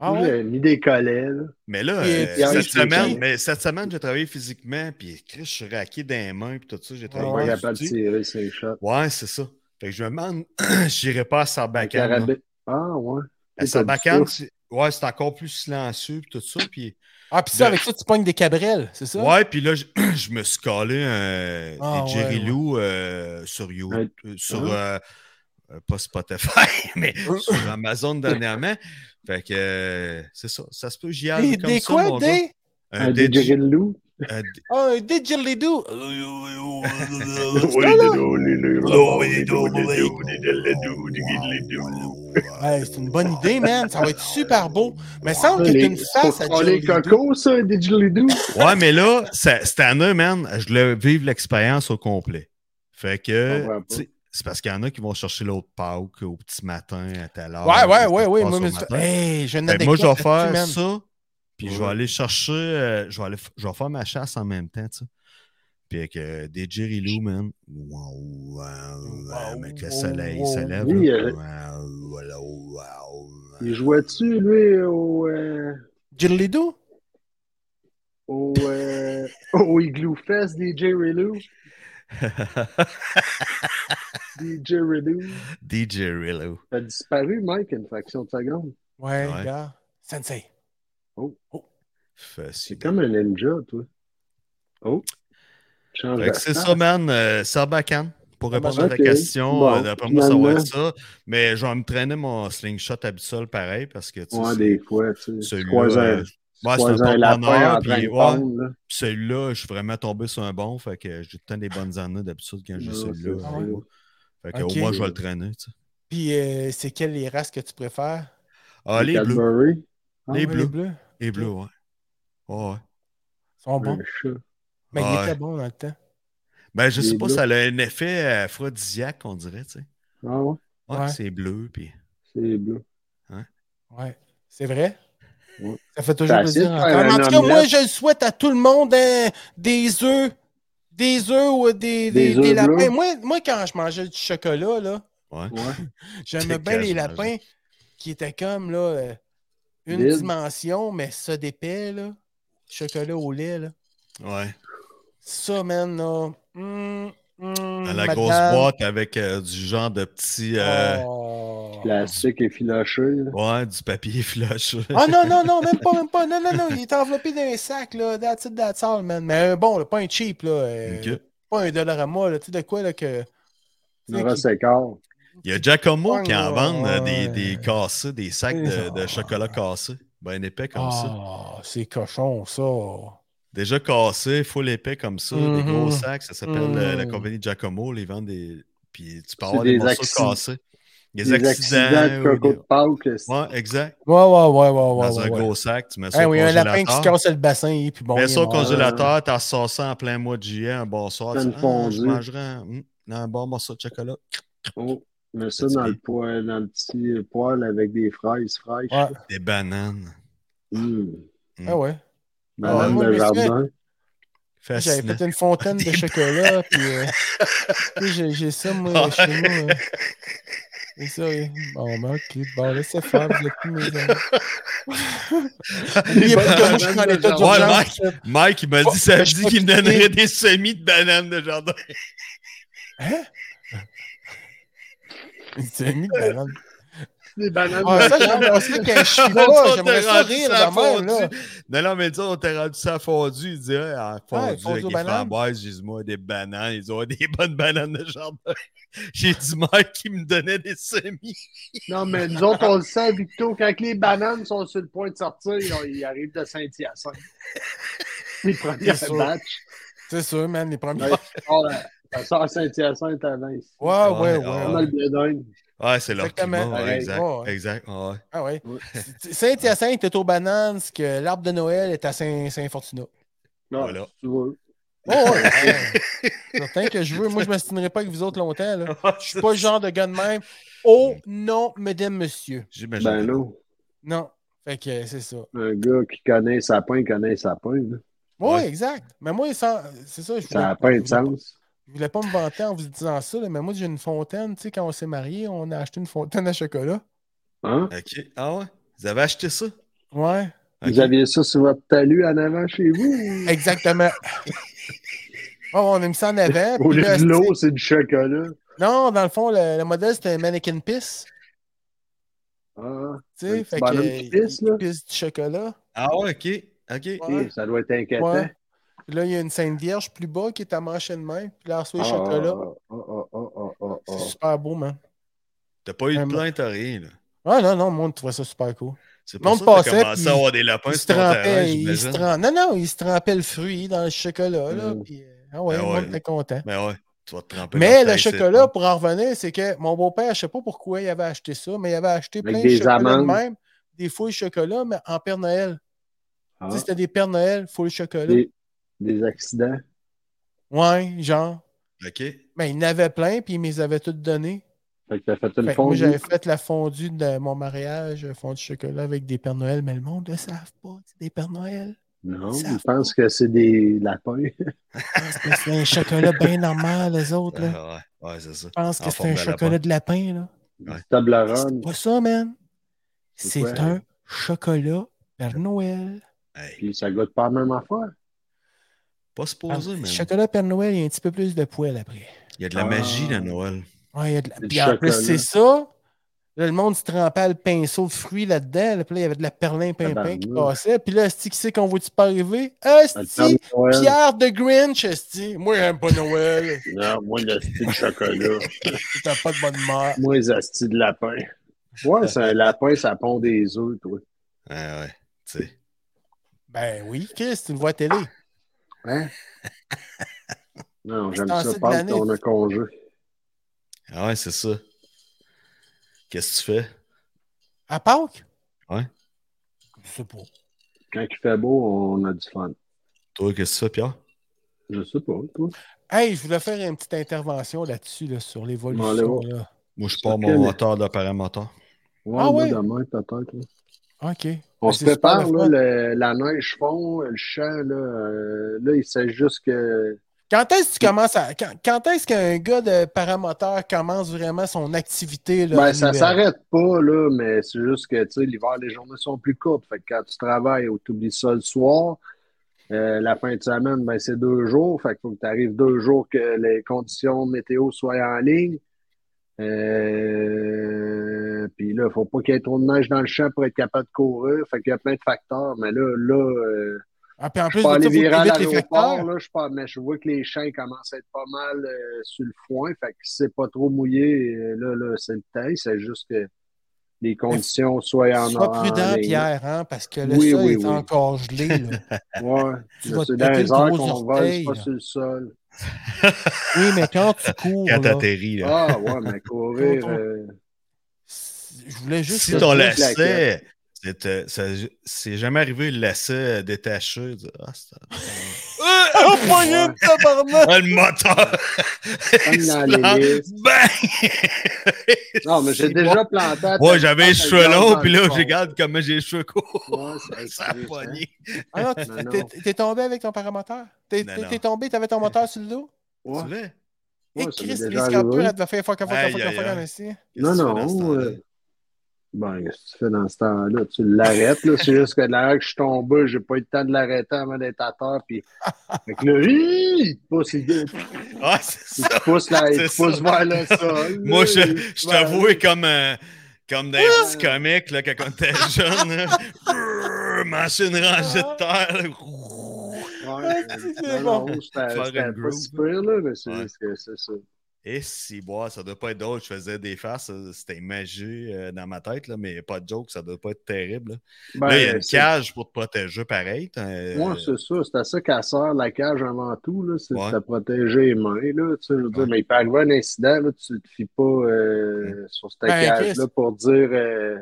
Ah
moi,
ouais?
j'ai mis des collets. Là.
Mais là,
Et-
euh,
et en
cette,
plus, c'est
semaine,
chill.
mais cette semaine, j'ai travaillé physiquement, puis Chris, je suis raqué dans les mains, puis tout ça, j'ai
On va
travaillé.
Ah Ouais,
être
dessus.
capable de tirer ces shots.
ouais, c'est ça. Fait que je me demande, j'irai pas à
Un
Sarbacane.
hein.
là.
carabin. Ah, ouais.
À
T'as du
Sarbacane,
souffle.
c'est- ouais, c'est encore plus silencieux, puis tout ça. Puis...
Ah, puis ça,
De-
avec ça, tu pognes des cabrelles, c'est ça?
Ouais, puis là, je, je me suis collé un
Ah,
des Jerry
ouais,
Lou euh, sur You,
Ouais.
euh, sur
Ouais.
euh, euh, pas Spotify, mais sur Amazon dernièrement. Fait que euh, c'est ça, ça se peut, j'y
Des,
arrive comme
des
ça,
quoi?
mon gars.
des...
Un
Un DJ,
didgeridoo.
un
Ah, un didgeridoo. Hey, c'est une bonne idée, man. Ça va être super beau. Mais semble que t'as Oh, une face à
Pour les
Didgeridoo.
cocos, ça, un didgeridoo.
Ouais, mais là, ça- cette année, man, je voulais vivre l'expérience au complet. Fait
Je
que,
comprends pas.
tu sais, c'est parce qu'il y en a qui vont chercher l'autre Pâques au petit matin à telle heure.
Ouais, ouais,
ça
ouais,
se
ouais.
passe
Moi,
au
mais- Eh,
matin.
Hey, j'ai une
Ben, moi, je vais
anecdote
faire
là-dessus, man.
ça, puis je vais
Ouais.
aller chercher, euh, je, vais aller, f- je vais faire ma chasse en même temps, tu sais. Puis avec euh, des Jerry Lou, man. Waouh, waouh, waouh, mais que le soleil se lève.
Oui,
là.
euh,
Waouh, voilà, waouh.
Il jouait-tu, lui, au, euh,
Didgeridoo?
au, euh, au Igloo Fest, DJ Relou? DJ Relou?
Des Jerry Lou.
T'as disparu, Mike, une faction de seconde.
Ouais,
Ouais.
gars. Sensei.
Facile.
C'est comme un ninja, toi. Oh. Change
Fait que
de
C'est
star.
ça, man. Euh, Sarbacane, pour répondre à ta
Ah, Ok.
question.
Bon,
euh, D'après moi, ça va
finalement.
être ça. Mais je vais me traîner mon slingshot habituel pareil parce que, tu sais,
Ouais,
c'est-
des fois, tu sais. tu
celui-là,
croises un,
euh,
tu
ouais, c'est
croises
un
un lapin en
porte-bonheur,
train
puis
de
ouais.
pondre, là.
Celui-là, je suis vraiment tombé sur un bon. Fait que j'ai tout le temps des bonnes années d'habitude quand j'ai
Non,
celui-là.
c'est
Ah ouais.
sûr.
Fait que
Ok.
au moins, je vais le traîner. tu sais.
Puis, euh, c'est quelles les races que tu préfères?
Ah, les bleus. Les
Cadbury,
Ouais,
bleus.
bleus.
Les bleus, ouais. Ouais, ouais.
Ils sont bons.
un chat.
Mais ils
Ouais.
étaient bons dans le temps.
Ben, je
Les
sais pas,
bleus.
ça a un effet euh, aphrodisiaque, on dirait, tu sais.
Ah ouais,
Ouais,
Ouais.
c'est bleu, puis.
c'est bleu.
Ouais. C'est vrai?
Ouais.
Ça fait toujours
Facile
plaisir.
de
à
faire
entendre.
un
En tout cas, moi,
omelette.
je le souhaite à tout le monde hein, des œufs. Des œufs ou des, des,
Des œufs
des lapins.
bleus.
Moi, moi, quand je mangeais du chocolat, là,
Ouais.
Ouais.
j'aimais
C'est
bien les
quasiment
lapins qui étaient comme là, euh, une
Vide.
dimension, mais ça d'épais, là. Chocolat au lait, là.
Ouais.
Ça, man, là. hum, hum,
Dans la
madame.
grosse boîte avec euh, du genre de petit. euh,
Oh.
Plastique effiloché, là.
Ouais, du papier flush.
Ah non, non, non, même pas, même pas. Non, non, non, il est enveloppé dans un sac, là. That's it, that's all, man. Mais un bon, là, pas un cheap, là. euh,
Ok.
Pas un dollar à moi, là. Tu sais de quoi, là, que. tu sais,
Nora
qui-
Sécard.
Il y a Giacomo qui en
Ouais,
vend euh,
ouais.
des, des cassés, des sacs de, de chocolat cassés. Ben épais comme ça.
Ah, c'est cochon, ça.
Déjà cassé, full épais comme ça, des
Mhm.
gros sacs. Ça s'appelle euh, la
Mhm.
compagnie Giacomo. Ils vendent des. Puis tu peux
C'est
avoir des,
des
morceaux
accidents.
cassés. Des,
Les
accidents.
accidents de
ou
coco de Pâques.
des- Ouais, exact.
Ouais, ouais, ouais, ouais, ouais.
Dans un
ouais, ouais.
gros sac, tu mets ça
Ah
au
oui, un lapin qui se
congélateur.
casse hein. le bassin, puis bon.
Mets
il est
ça au
mort.
congélateur, t'en sors ça en plein mois de juillet, un bon soir.
Pleine
tu dis, Ah, je
fondue.
mangerai un, hum, un bon morceau de chocolat.
Oh, mets ça dans le, poêle, dans le petit poêle avec des fraises fraîches.
Ouais.
Des bananes.
Mmh.
Ah ouais.
Madame
moi, je
de
me souviens-
Jardin.
J'avais
Fascinant.
peut-être une fontaine de chocolat, puis euh, tu sais, j'ai- j'ai ça, moi,
Ouais.
chez moi. euh. Et ça, oui. Bon, ben, ok. Bon, laissez faire, vous êtes plus mes amis. N'oubliez pas que moi, je suis en état
Ouais,
d'urgence.
Mike, il m'a
Bon,
dit samedi
je vais
qu'il me
quitter.
donnerait des semis de bananes de jardin.
Il s'est mis de banane.
Des bananes.
Ah, ça, j'aimerais ça que je suis là, j'aimerais ça rire
à
de même, là.
fondue. Non, non, mais tu sais, on t'a rendu ça fondu. Il dit, ah, en
Ouais,
fondu
fondu
avec
aux
les
bananes.
framboises, j'ai dit, moi, des bananes. Ils ont des bonnes bananes de jardin. J'ai dit, Mike, qui me donnait des semis.
Non, mais nous autres, on le sait, Victo, quand les bananes sont sur le point de sortir, ils ont- ils arrivent de Saint-Hyacinthe. Les
C'est
premières
sûr.
batchs.
C'est sûr, man, les premiers.
Ouais. Oh, la- ça sort Saint-Hyacinthe à Vince.
Ouais, ouais,
Ouais,
Ah, ouais.
Pas mal de dingue.
Ouais, c'est leur
Exactement.
climat. ouais,
Ouais,
exact,
ouais.
exact. ouais.
Ah ouais.
Ouais.
C'est- Saint-Hyacinthe est aux bananes, c'est que l'arbre de Noël est à Saint- Saint-Fortuna.
Non,
Voilà.
si tu veux.
Oh, ouais, ouais. Certain que je veux. Moi, je ne m'astinerai pas avec vous autres longtemps. Là. Je suis pas le genre de gars de même. Oh non, mesdames, monsieur.
J'imagine.
Ben non,
Non. Fait que euh, c'est ça. Oui,
un gars qui connaît sa pain, connaît sa pain. là.
Ouais.
exact. Mais moi, sans- c'est ça. Je
Ça
voulais,
n'a pas
je
de
voulais
sens.
je voulais pas me vanter en vous disant ça, là, mais moi, j'ai une fontaine. Tu sais, quand on s'est mariés, on a acheté une fontaine à chocolat.
Hein?
OK. Ah ouais? Vous avez acheté ça?
Ouais,
Ok.
Vous aviez ça sur votre talus en avant chez vous?
exactement. Bon, on a mis ça en avant.
Au
puis
lieu
là,
de l'eau, c'est du chocolat.
Non, dans le fond, le, le modèle, c'était un mannequin piss.
Ah,
Tu sais,
Un
fait que.
bonhomme
euh,
qui pisse, là.
il pisse du chocolat.
Ah ouais, OK. OK.
Ouais.
eh, ça doit être inquiétant.
Ouais. Puis là, il y a une Sainte Vierge plus bas qui est à mancher de main. Puis là, elle reçoit
Ah,
le chocolat.
ah, ah, ah, ah, ah, ah.
C'est super beau, man.
T'as pas eu de
Vraiment.
plainte à rien, là.
Ah non, non, le monde trouvait ça super cool.
C'est
Monde
pour ça que t'as
passait,
commencé
puis
à avoir des lapins
il se
sur ton terrain,
trempait, il se
j'imagine.
trem- Non, non, il se trempait le fruit dans le chocolat. Là,
Mm.
puis, euh, ah ouais,
Ah
le
ouais.
monde était content.
Mais Ben, ouais, tu vas te tremper.
Mais
dans
le
ta tête,
chocolat, pour en revenir, c'est que mon beau-père, je sais pas pourquoi il avait acheté ça, mais il avait acheté
Avec
plein
des
de chocolats de
amandes.
même, des fouilles chocolat, mais en Père Noël.
Ah,
Tu sais, c'était des Père Noël, fouilles chocolat.
des, des accidents.
Ouais, genre.
c'est bon. OK.
Mais il en avait plein, puis il me les avait toutes données.
Fait que t'as fait une
Fait que moi, j'avais
fondue.
fait la fondue de mon mariage, euh, fondue chocolat avec des Pères Noël, mais le monde ne le savent pas. C'est des Pères Noël.
Non,
Ça-
je pense que c'est des lapins.
Ils pensent que c'est un chocolat bien normal, les autres. Là.
Ah ouais, ouais, c'est ça.
Ils pensent
En
que c'est
forme
un
de lapin.
chocolat de lapin. Là.
Ouais.
Du Toblerone.
C'est pas ça, man.
C'est
C'est
quoi?
un chocolat Père Noël.
Hey,
Puis ça goûte pas la même affaire.
pas supposé,
Le
mais
chocolat Père Noël, il y a un petit peu plus de poils après.
il y a de la
Ah.
magie dans Noël.
Ouais, il y a de la-
C'est du
Puis en plus,
chocolat.
c'est ça. Là, le monde se trempait le pinceau de fruits là-dedans. là, Puis là, il y avait de la perlin pimpin qui
Tabarnak.
passait. Puis là, c'est qui c'est qu'on voit-tu pas arriver?
Ça te
Asti,
Père Noël.
Pierre de Grinch, esti. Moi, j'aime pas Noël.
Non, moi, le style de chocolat.
T'as pas de bonne mère.
moi, les astis de lapin. Ouais, c'est un lapin, ça pond des œufs, toi.
Ah ouais, tu sais.
Ben oui, Chris, tu le vois à télé.
Hein? Non, j'aime
C'est
ça.
assez de
Pense
l'année.
qu'on a congé.
Ah ouais, c'est ça. Qu'est-ce que tu fais?
À Pâques?
Ouais.
Je sais pas.
Quand il fait beau, on a du fun.
Toi, qu'est-ce que tu fais, Pierre?
Je sais pas, toi.
Hey, je voulais faire une petite intervention là-dessus, là, sur
Bon, allez
l'évolution.
voir.
là.
Moi, je pars
Ok,
mon
mais-
moteur de paramoteur.
Ouais,
Ah
moi,
ouais?
demain, peut-être. là.
OK.
On
Ben,
se
c'est super
prépare,
le
là,
fun.
le- la neige fond, le champ, là. euh, là, il sait juste que.
Quand est-ce que tu commences à. Quand, quand est-ce qu'un gars de paramoteur commence vraiment son activité? Là, euh,
Ben, ça
annuelle?
s'arrête pas, là, mais c'est juste que, tu sais, l'hiver, les journées sont plus courtes. Fait que quand tu travailles ou tu oublies ça le soir, euh, la fin de semaine, ben, c'est deux jours. Fait qu'il faut que tu arrives deux jours que les conditions météo soient en ligne. Euh, puis là, faut pas qu'il y ait trop de neige dans le champ pour être capable de courir. Fait qu'il y a plein de facteurs. Mais là, là, euh,
Ah, puis en
je
plus,
suis pas
de
allé
ça, faut
virer à
que t'évites les
l'aéroport,
facteurs.
là, je suis pas, mais je vois que les champs commencent à être pas mal euh, sur le foin, fait que si c'est pas trop mouillé, euh, là, là, c'est le temps, c'est juste que les conditions soient en
Sois
en
prudent,
ligne.
Pierre, hein, parce que le
Oui,
sol
oui,
est
oui.
encore gelé. là.
Ouais,
Tu
mais
vas te
c'est dans
péter
les
le
airs
gros
qu'on vole,
orteil,
c'est pas
là.
sur le sol.
oui, mais quand tu cours,
Quand
là,
t'atterris, là.
Ah ouais, mais courir,
Quand on-
euh,
je voulais juste.
Si
ça,
ton
c'est
lacet,
claquette.
c'est, euh, ça- c'est jamais arrivé le lacet euh, détaché. tu dis, Ah, c'est-
Oh, poignet de tabarnak!
Ah, le moteur! Il se
Comme dans
plante.
les listes.
Bang!
Non, mais j'ai
C'est
déjà planté. à
Ouais, j'avais
tête plate
les
avec
cheveux
l'âme
longs,
dans
puis
le
là,
fond.
je regarde comment j'ai les cheveux courts.
Ouais, c'est
Ça a
écrit, hein.
pogné.
Ah non, tu-
Non, non.
t'es- t'es- t'es tombé avec ton paramoteur. T'es
Non,
t'es-
non.
t'es tombé, t'avais ton moteur sur le dos.
hein. Ouais,
Tu l'as?
Et
ouais, ça m'est
Chris, les
déjà arrivé.
scalpeurs, elle devait faire fuck, fuck,
Aïe,
fuck,
aïe,
fuck,
aïe.
aussi.
Non,
Qu'est-ce que tu fais dans ce
non.
temps-là?
euh, Ben, qu'est-ce que tu fais dans ce temps-là? Tu l'arrêtes, là. C'est juste que de l'heure que je suis tombé, j'ai pas eu le temps de l'arrêter avant d'être à terre. Puis... Fait que là, hi, il te pousse, il, il te
Ah, c'est ça!
pousse, la- il
C'est
te pousse
ça.
vers le sol.
Moi, je,
là, il
je
pousse vers-
t'avoue, comme, euh, comme des petits comics, là, quand on était jeune, là. Brrr, mancher une rangée de terre, là.
Ouais,
Ah, c'est
non,
bon.
non, c'était
Faire
c'était
un
pas
groove.
si pire, là, mais c'est
Ouais.
juste que c'est ça.
Et si, bois, ça doit pas être drôle. Je faisais des faces, euh, c'était magie euh, dans ma tête, là, mais pas de joke, ça doit pas être terrible. là.
Ben,
là, il y a une
c'est-
cage pour te protéger, pareil. t'as, euh,
Ouais, c'est ça. C'est à ça qu'elle sert la cage avant tout, là. C'est de
Ouais.
te protéger les mains, là. Tu sais, je veux dire,
Ouais.
mais il peut arriver un incident, là, tu te fies pas euh, sur cette
Ben,
cage-là
Chris.
pour dire. euh,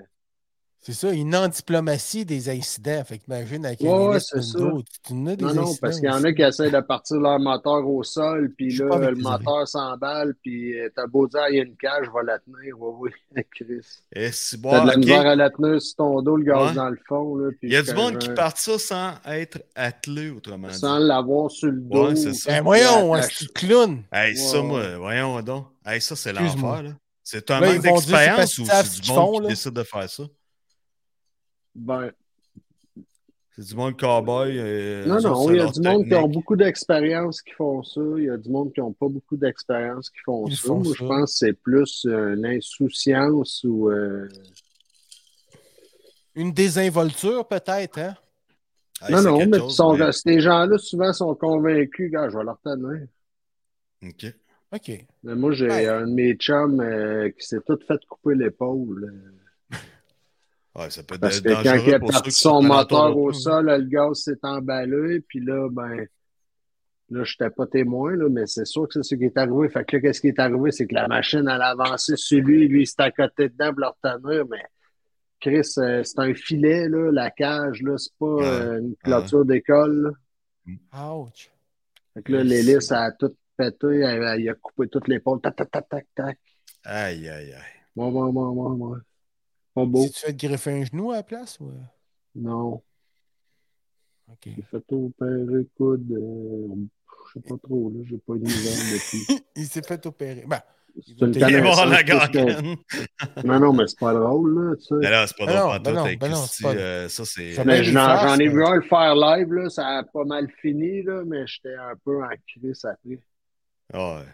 C'est ça, une non-diplomatie des incidents. Fait qu'imagine avec
Ouais,
un
ouais,
ministre,
c'est ça.
une d'autre, tu en as des
Non, non,
incidents
parce qu'il y en
aussi.
a qui essaient de partir leur moteur au sol, puis
Je suis pas
là,
avec
le
tes
moteur s'emballe, puis euh, t'as beau dire, il y a une cage, je vais la tenir. Oui, oui, Chris.
Et si,
T'as
bois,
de la
Ah, ok.
misère à la tenir sur ton dos, le gaz
Ouais.
dans le fond, là. puis
Il y a
que,
du monde qui
euh,
part ça sans être attelé, autrement dit.
Sans l'avoir sur le dos.
Ouais, c'est ça.
Ben voyons,
Ouais,
un petit clown.
Hey, ça,
Ouais,
moi, voyons donc. Hey, ça, c'est
Excuse-moi.
l'enfer, là. C'est un
Là,
manque
ils vont dire, c'est parce
d'expérience
qu'ils
ou
savent
c'est
ce
du
qu'ils
monde
font,
qui
là.
décide de faire ça?
Ben,
C'est du monde cowboy. euh,
non,
eux autres,
non,
c'est
il y a
leur
du monde qui ont
technique.
beaucoup d'expérience qui font ça. Il y a du monde qui n'ont pas beaucoup d'expérience qui font
Ils
ça.
font
Moi,
ça.
je pense que c'est plus euh, une insouciance ou. euh,
Une désinvolture, peut-être, hein?
Hey,
non,
c'est
non,
quelque
mais
chose,
sont-
mais-
ces gens-là, souvent, sont convaincus, gars, je vais leur tenir.
Ok.
OK.
Mais Ben, moi, j'ai
Ouais.
un de mes chums euh, qui s'est tout fait couper l'épaule.
Ouais, ça peut être
Parce que
Ben, dangereux
quand il a
pour ceux
parti
qui
son
sont
moteur
alentour
au
d'auto.
sol, le gaz s'est emballé. Puis là, ben, là, je n'étais pas témoin, là, mais c'est sûr que c'est ce qui est arrivé. Fait que là, qu'est-ce qui est arrivé? C'est que la machine, elle avançait sur lui. Lui, il s'est à côté dedans pour le retenir. Mais Chris, euh, c'est un filet, là, la cage, là, c'est pas
Ouais.
euh, une clôture d'école. là.
Ouch.
Fait que là, l'hélice, elle a tout pété. Elle, elle- il a coupé toute l'épaule. Tac, tac, tac, tac, tac.
Aïe, aïe, aïe.
Ouais, ouais, ouais, ouais, ouais. Pas beau.
Si tu fais te greffer un genou à la place, ou... euh,
Non.
OK.
J'ai fait opérer coude. euh, je sais pas trop, là. J'ai pas eu de nouvelles depuis.
Il s'est fait opérer. Ben,
C'est une
Il
Il est mort à
connaissance,
la
parce que-
gargane.
Non, non, mais c'est pas drôle, là, tu sais.
Mais là, c'est pas
Ben non,
drôle,
ben non,
pas tout. euh,
ben non, c'est pas-
Ça, c'est.
Ça
Mais
les
j'en
faces,
j'en ai
là.
vu un le faire live, là. Ça a pas mal fini, là, mais j'étais un peu en crise après.
ah, Ouais.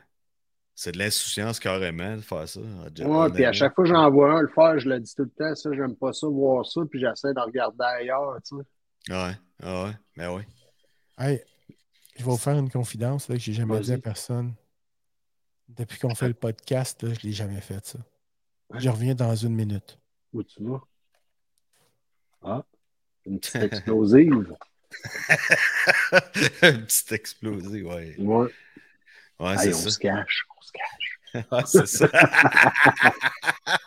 C'est de l'insouciance carrément de faire ça. Ah, en
Ouais,
japonais.
puis à chaque fois que j'en vois un le faire, je le dis tout le temps, ça, j'aime pas ça, voir ça, puis j'essaie de regarder ailleurs, tu sais.
Ouais, Ah ouais, mais oui.
Hey, je vais vous faire une confidence là, que j'ai jamais
Vas-y.
dit à personne. Depuis qu'on fait le podcast, là, je ne l'ai jamais fait, ça. Je reviens dans une minute.
Où tu vas? Ah, une petite explosive.
Un petit explosé, ouais.
Ouais.
Ouais,
Hey,
c'est
on
ça.
se cache, on se cache.
Ouais, c'est ça.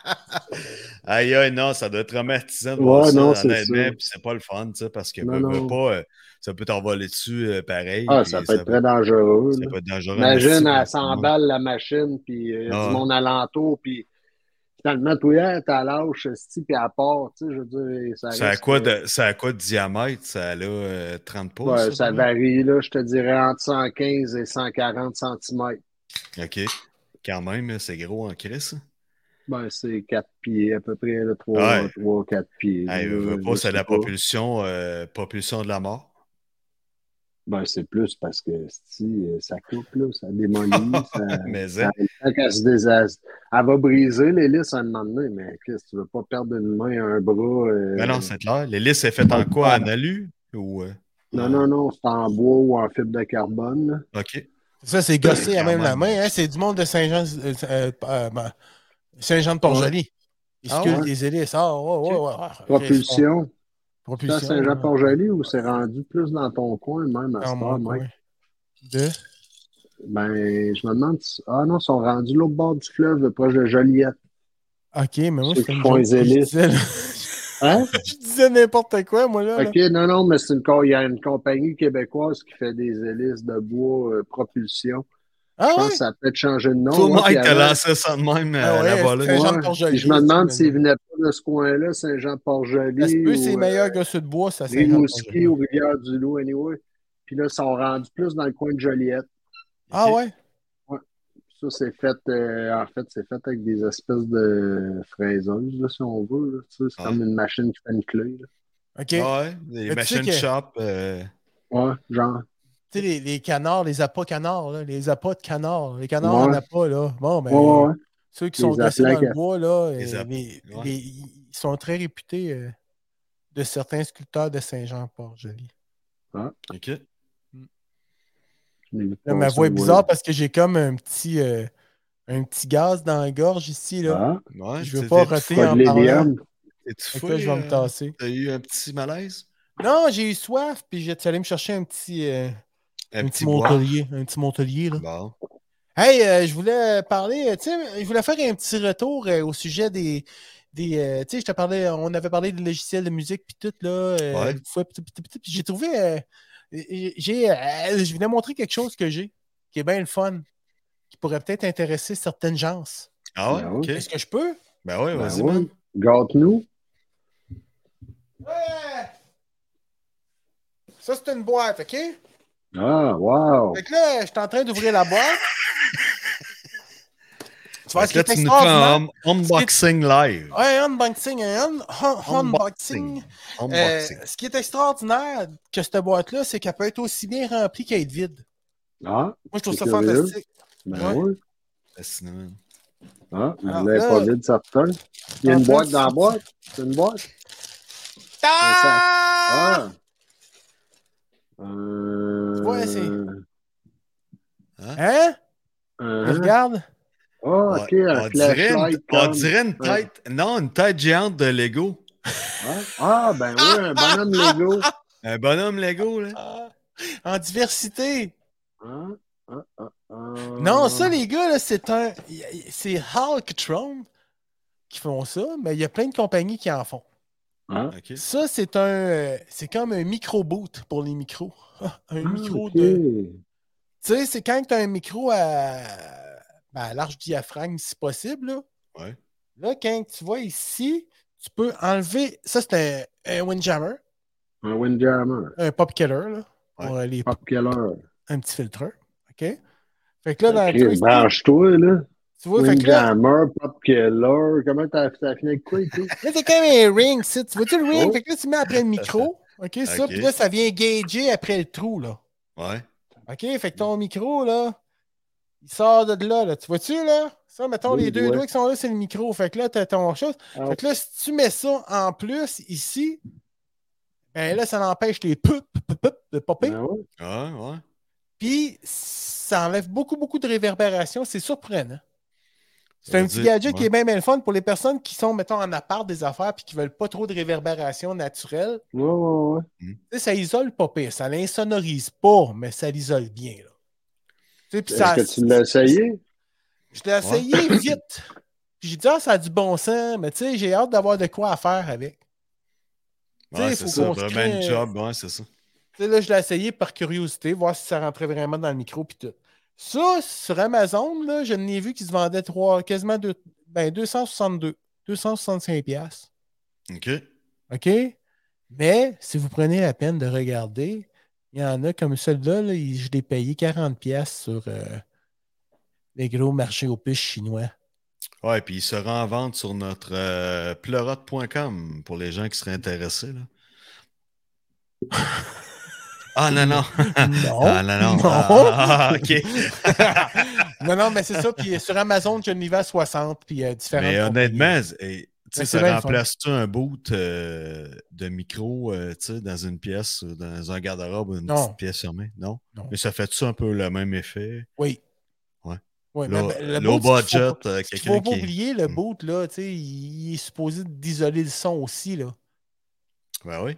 aïe, aïe, non, ça doit être traumatisant. de voir
Ouais,
ça,
non, c'est
honnêtement,
ça.
puis c'est pas le fun, tu sais, parce que
Non,
veux, veux
non.
pas, euh, ça peut t'envoler dessus euh, pareil.
Ah,
puis
ça peut être très dangereux.
ça
là.
peut être dangereux. merci, pour
Imagine, elle
tout le monde.
s'emballe la machine, puis euh, il y a
Ah.
du monde alentour, puis finalement, toi, hier, t'as lâche, esti, puis elle part, tu sais, je veux dire, ça
Ça a
risque-
quoi de, ça a quoi de diamètre? Ça a là, euh, 30 pouces.
Ouais,
ça,
ça
là?
varie, là, je te dirais, entre 115 et 140 cm.
OK. Quand même, c'est gros en hein. crise. ça.
Ben, c'est 4 pieds, à peu près, là, 3,
Ouais.
4 pieds.
Hey,
là,
veux, veux
Euh, je
pas, c'est
sais
de la
pas.
propulsion, euh, propulsion de la mort.
Ben, c'est plus parce que, esti, euh, ça coupe, là, ça démolit, ça...
Mais
Ça,
hein,
quand elle, se désas- elle va briser l'hélice à un moment donné, mais Chris, tu veux pas perdre une main, un bras. euh,
mais ben non, c'est clair. L'hélice est faite en quoi? En alu? Ou, euh,
non, non, non, c'est en bois ou en fibre de carbone. là.
OK.
Ça, c'est gossé à
Quand
même la
même.
main. hein. C'est du monde de Saint-Jean euh, euh, euh, ben, Saint-Jean-de-Port-Joli. Ils
Ah,
sculptent
ouais.
des hélices. Ah, ouais, ouais, ouais. Propulsion.
Propulsion. C'est à
Propulsion.
Saint-Jean-Port-Joli ou c'est rendu plus dans ton coin, même à
Ah,
ce
mon
moment, Mike?
coin. Deux.
Ben, je me demande. si- Ah non, ils sont rendus l'autre bord du fleuve, proche de Joliette.
OK, mais moi,
Ceux
c'est
qui
une
font
joke.
les
Je
hélices.
disais-
Hein?
Je disais n'importe quoi, moi, Ah, là. là.
OK, non, non, mais c'est une co- il y a une compagnie québécoise qui fait des hélices de bois euh, propulsion.
Ah
Je pense
ouais?
que ça a peut-être changé de nom.
Tout
ouais,
Mike
puis
t'a
avant-
lancé ça de même euh,
Ah ouais,
la volée.
c'est-
Ouais,
Saint-Jean-Port-Joli,
puis je me demande
c'est-
s'il venait pas de ce coin-là,
Ça se
Saint-Jean-Port-Joli.
peut, c'est
ou, euh,
meilleur que ceux de bois, ça
Les
c'est
Rimouski ou Rivière-du-Loup, anyway. Puis là, ils sont rendus plus dans le coin de Joliette.
Ah ouais?
Ça, c'est fait, euh, en fait, c'est fait avec des espèces de fraiseuses, là, si on veut. là. Tu sais, C'est
Ouais.
comme une machine qui fait une clé. là.
OK.
Ouais, les
Mais tu sais
machines
que-
shop. euh,
Ouais, genre.
Tu sais, les, les canards, les appâts canards, là, les appâts de canards, les canards en
Ouais.
appâts, là. Bon, ben,
Ouais, ouais, ouais.
ceux qui
Les
sont dressés dans
aplaques
le
à-
bois, là,
Les
euh,
app-
les-
ouais.
les- ils sont très réputés euh, de certains sculpteurs de Saint-Jean-Port-Joli.
OK.
Je l'ai vu
Là,
passer,
ma voix est
ouais.
bizarre parce que j'ai comme un petit, euh, un petit gaz dans la gorge ici, là.
Ah,
Ouais,
Je veux
t'es-
pas
t'es-
rater.
t'es-
pas de
en parlant.
l'hélium.
t'es-tu
Fait que
fou,
là, je vais me
euh,
tasser.
T'as eu un petit malaise?
Non, j'ai eu soif, puis je suis allé me chercher un petit, euh,
Un,
un
petit
petit
bois.
montelier, un petit montelier, là.
Bon.
Hey, euh, je voulais parler, euh, tu sais, je voulais faire un petit retour euh, au sujet des. des euh, tu sais, je te parlais, on avait parlé des logiciels de musique, puis tout, là. euh,
Ouais.
une fois, puis tout, puis tout, puis tout, puis j'ai trouvé. euh, j'ai, j'ai, euh, je voulais montrer quelque chose que j'ai, qui est bien le fun, qui pourrait peut-être intéresser certaines gens.
Ah ouais,
Ben
OK.
Est-ce que je peux?
Ben ouais,
Ben
vas-y,
ouais.
man.
Gâte-nous.
Ouais! Ça, c'est une boîte, OK?
Ah, wow.
Fait que là, je suis en train d'ouvrir la boîte. tu vois
Parce
ce qui
que là,
est
tu nous fais un
extraordinaire?
hum- unboxing live.
Ouais, unboxing, un un- un- unboxing. Euh,
Unboxing.
ce qui est extraordinaire que cette boîte-là, c'est qu'elle peut être aussi bien remplie qu'elle est vide.
Ah,
Moi, je trouve
C'est
ça
curieux.
fantastique.
ben oui.
Fascinant, man.
Ah, vous
Alors
l'avez
là-
pas vide, certain. Il y a
En
une
fait,
boîte dans la
c'est-
boîte. C'est une boîte. Ah! Euh...
Ouais, c'est-
Hein?
Hein?
euh,
Regarde.
Ah, ok,
Ouais,
un
on, dirait une,
flashlight.
on
comme-
dirait une
Ouais.
tête. Non, une tête géante de Lego.
Hein? Ah, ben oui, un bonhomme Lego.
Un bonhomme Lego, là.
Ah! En diversité.
Hein? Ah, ah, ah.
Non, ça, les gars, là, c'est un. C'est Hulktron qui font ça, mais il y a plein de compagnies qui en font.
Hein?
OK.
Ça, c'est un. euh, C'est comme un micro-boot pour les micros. un
Ah,
micro
ok.
de. Tu sais, c'est quand tu as un micro à, ben, à large diaphragme, si possible. Là.
Ouais.
Là, quand tu vois ici, tu peux enlever. Ça, c'est un, un windjammer,
Un Windjammer.
un pop killer, là, pour euh, les,
Pop Keller.
un petit filtreur. OK? Fait que là, dans le
Ok, ben,
creux, ici,
Branche-toi, là.
tu vois, fait que là,
Windjammer, Pop Keller. Comment t'as t'as fini avec quoi et tout?
là c'est comme un ring, ça. Tu vois-tu le ring?
Oh.
Fait que là, tu mets après le micro. OK, ça.
Ok.
Puis là, ça vient gager après le trou, là.
Ouais.
OK, fait que ton micro, là, il sort de là, là. Tu vois-tu, là? Ça, mettons,
Oui,
les
je
deux
vois.
doigts qui sont là, c'est le micro. Fait que là, t'as ton chose.
Ah.
Fait que là, si tu mets ça en plus, ici, ben là, ça l'empêche les pup, pup, pup de popper.
Ben ouais.
Ah, ouais.
Puis, ça enlève beaucoup, beaucoup de réverbération. C'est surprenant. C'est
Ça
Euh,
un
veut
petit
dire-
gadget
ouais.
qui est bien, bien le fun pour les personnes qui sont, mettons, en appart des affaires puis qui veulent pas trop de réverbération naturelle.
Ouais, ouais, ouais.
Tu sais, ça isole pas pire. Ça l'insonorise pas, mais ça l'isole bien, là. Tu sais, puis
Est-ce
ça-
que tu l'as essayé?
Je l'ai essayé vite. Puis j'ai dit, ah, ça a du bon sens, mais tu sais, j'ai hâte d'avoir de quoi à faire avec. Tu sais,
Ouais,
il
c'est
faut
ça.
qu'on se
Vraiment
crée-
une job, ouais, c'est ça.
Tu sais, là, je l'ai essayé par curiosité, voir si ça rentrait vraiment dans le micro, puis tout. Ça, sur Amazon, là, je n'ai vu qu'ils se vendaient trois, quasiment deux, ben, 262, 265 piastres.
OK.
OK? Mais si vous prenez la peine de regarder, il y en a comme celui-là, là, il- je l'ai payé 40 piastres sur euh, les gros marchés aux puces chinois.
Ouais, puis il sera en vente sur notre euh, pleurote.com pour les gens qui seraient intéressés. Là. Ah non, non.
Non.
ah non, non.
non.
Ah, ah, ok.
non, non, mais c'est ça. Puis sur Amazon, je l'ai à 60, puis euh, différentes
Mais
compagnies.
honnêtement, Ben, c'est- hey, tu sais,
Mais c'est bien
ça
le fun.
remplace-tu un boot euh, de micro euh, tu sais, dans une pièce, ou dans un garde-robe ou une
Non.
petite pièce fermée? Non.
Non.
Mais ça fait-tu un peu le même effet?
Oui.
Ouais.
Ouais,
Low,
mais ben, le
low
boot, ce qu'il
budget,
faut-
euh,
ce qu'il faut
quelqu'un
pas
qui.
oublier, le
Mm.
boot, là, tu sais, il il est supposé d'isoler le son aussi, là.
Ben oui.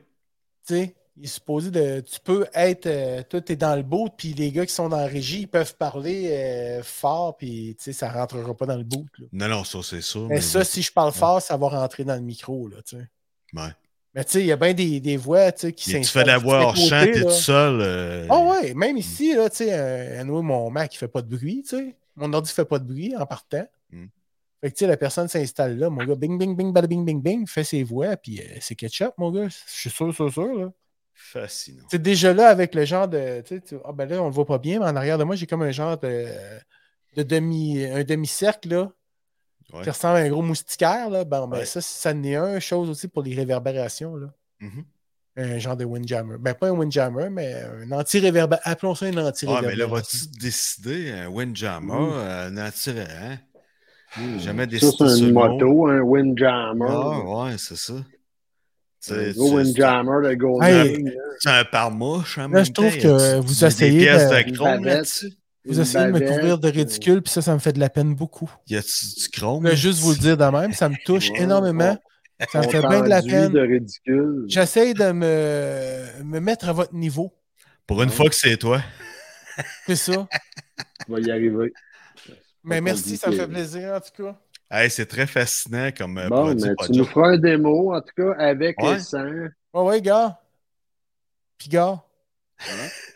Tu sais, il est supposé de. Tu peux être. euh, toi, t'es dans le boot, puis les gars qui sont dans la régie, ils peuvent parler euh, fort, puis tu sais, ça rentrera pas dans le boot. là.
Non, non, ça, c'est sûr.
Mais
mais
Ben, ça, si je parle fort, ça va rentrer dans le micro, là, tu sais.
Ouais.
Mais tu sais, il y a bien des, des voix, tu sais, qui
Mais tu
s'installent
fais la
sur
voix
tes
hors
côtés,
champ, t'es
là.
tout seul. euh,
Ah ouais, même ici, là, tu sais, euh, anyway, mon Mac, il fait pas de bruit, tu sais. Mon ordi fait pas de bruit en partant.
Mm.
Fait que, tu sais, la personne s'installe là, mon gars, bing, bing, bing, bada bing, bing, bing, fait ses voix, puis euh, c'est ketchup, mon gars. Je suis sûr, sûr, sûr, là.
Fascinant.
Tu sais, déjà là, avec le genre de, tu sais, tu- ah ben là, on le voit pas bien, mais en arrière de moi, j'ai comme un genre de, de demi, un demi-cercle, là,
Ouais.
qui ressemble à un gros moustiquaire, là. Ben, ben
Ouais.
ça, ça n'est un chose aussi pour les réverbérations, là.
Mhm.
Un genre de windjammer. Ben, pas un windjammer, mais un anti-réverbération. Appelons ça un
Ah,
anti-réverbération.
mais là, vas-tu décider un windjammer,
Ouh.
un attirant? hein?
Hmm.
Jamais
Ça,
décidé.
c'est
ce
une
mot.
moto, un Windjammer.
Ah, ouais, c'est ça.
un
C'est
gros Windjammer de Golden.
Hey,
là.
C'est un parmouche. en
Là,
même
je trouve
temps,
que
y a-tu-
vous
des
essayez
pièces
de-
de chrome
Une
là-dessus?
Vous essayez de me
Une
couvrir de
bavette,
ridicule, puis ça, ça me fait de la peine beaucoup.
Y a-tu du chrome?
Je voulais juste vous le dire de même, ça me touche
Ouais,
énormément. Ça me
on
fait bien de la
t'enduit
peine.
euh, de ridicule.
J'essaie de me, me mettre à votre niveau.
Pour une fois que c'est toi.
C'est ça.
Tu vas y arriver.
Mais
On
merci,
dit
ça me
que-
fait plaisir en tout cas.
Hey, c'est très fascinant comme euh,
Bon,
produit
mais tu
podcast.
nous feras un démo, en tout cas, avec
Ouais.
et sans.
Ouais, ouais, gars. Puis gars.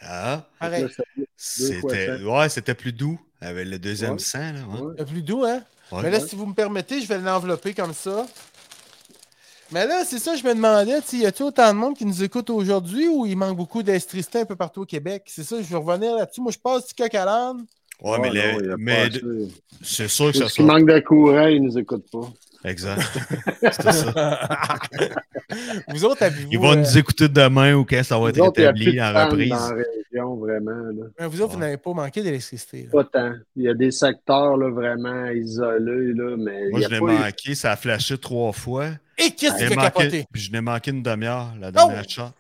Ah,
Pareil.
fois
c'était
cent.
ouais, c'était plus doux avec le deuxième
Ouais.
sang. Là, ouais.
Ouais.
Le plus doux, hein?
Ouais.
Mais là, si vous me permettez, je vais l'envelopper comme ça. Mais là, c'est ça, je me demandais, tu sais, y a-t-il autant de monde qui nous écoute aujourd'hui ou il manque beaucoup d'estricité un peu partout au Québec? C'est ça, je vais revenir là-dessus. Moi, je passe du coq à l'âne.
Ah
Ouais, mais, le- mais de- c'est sûr que
Ceux
ça
qui
sera.
manquent de courant, ils nous écoutent pas.
Exact. C'était ça.
Vous autres, avez-vous.
Ils vont
euh,
nous écouter demain ou quand ça va
Nous
être
autres, il y a plus
établi
de
en
fans
reprise.
Dans la région, vraiment. Là.
euh, vous autres, vous
Ouais.
n'avez pas manqué d'électricité. là.
Pas tant. Il y a des secteurs là, vraiment isolés, là, mais
Moi,
il y
je
a
l'ai
pas eu- Ah,
manqué, ça a flashé trois fois.
Et Eh, qu'est-ce
Je
qui
l'ai
fait
manqué,
capoter?
puis je l'ai manqué une demi-heure, la dernière shot, la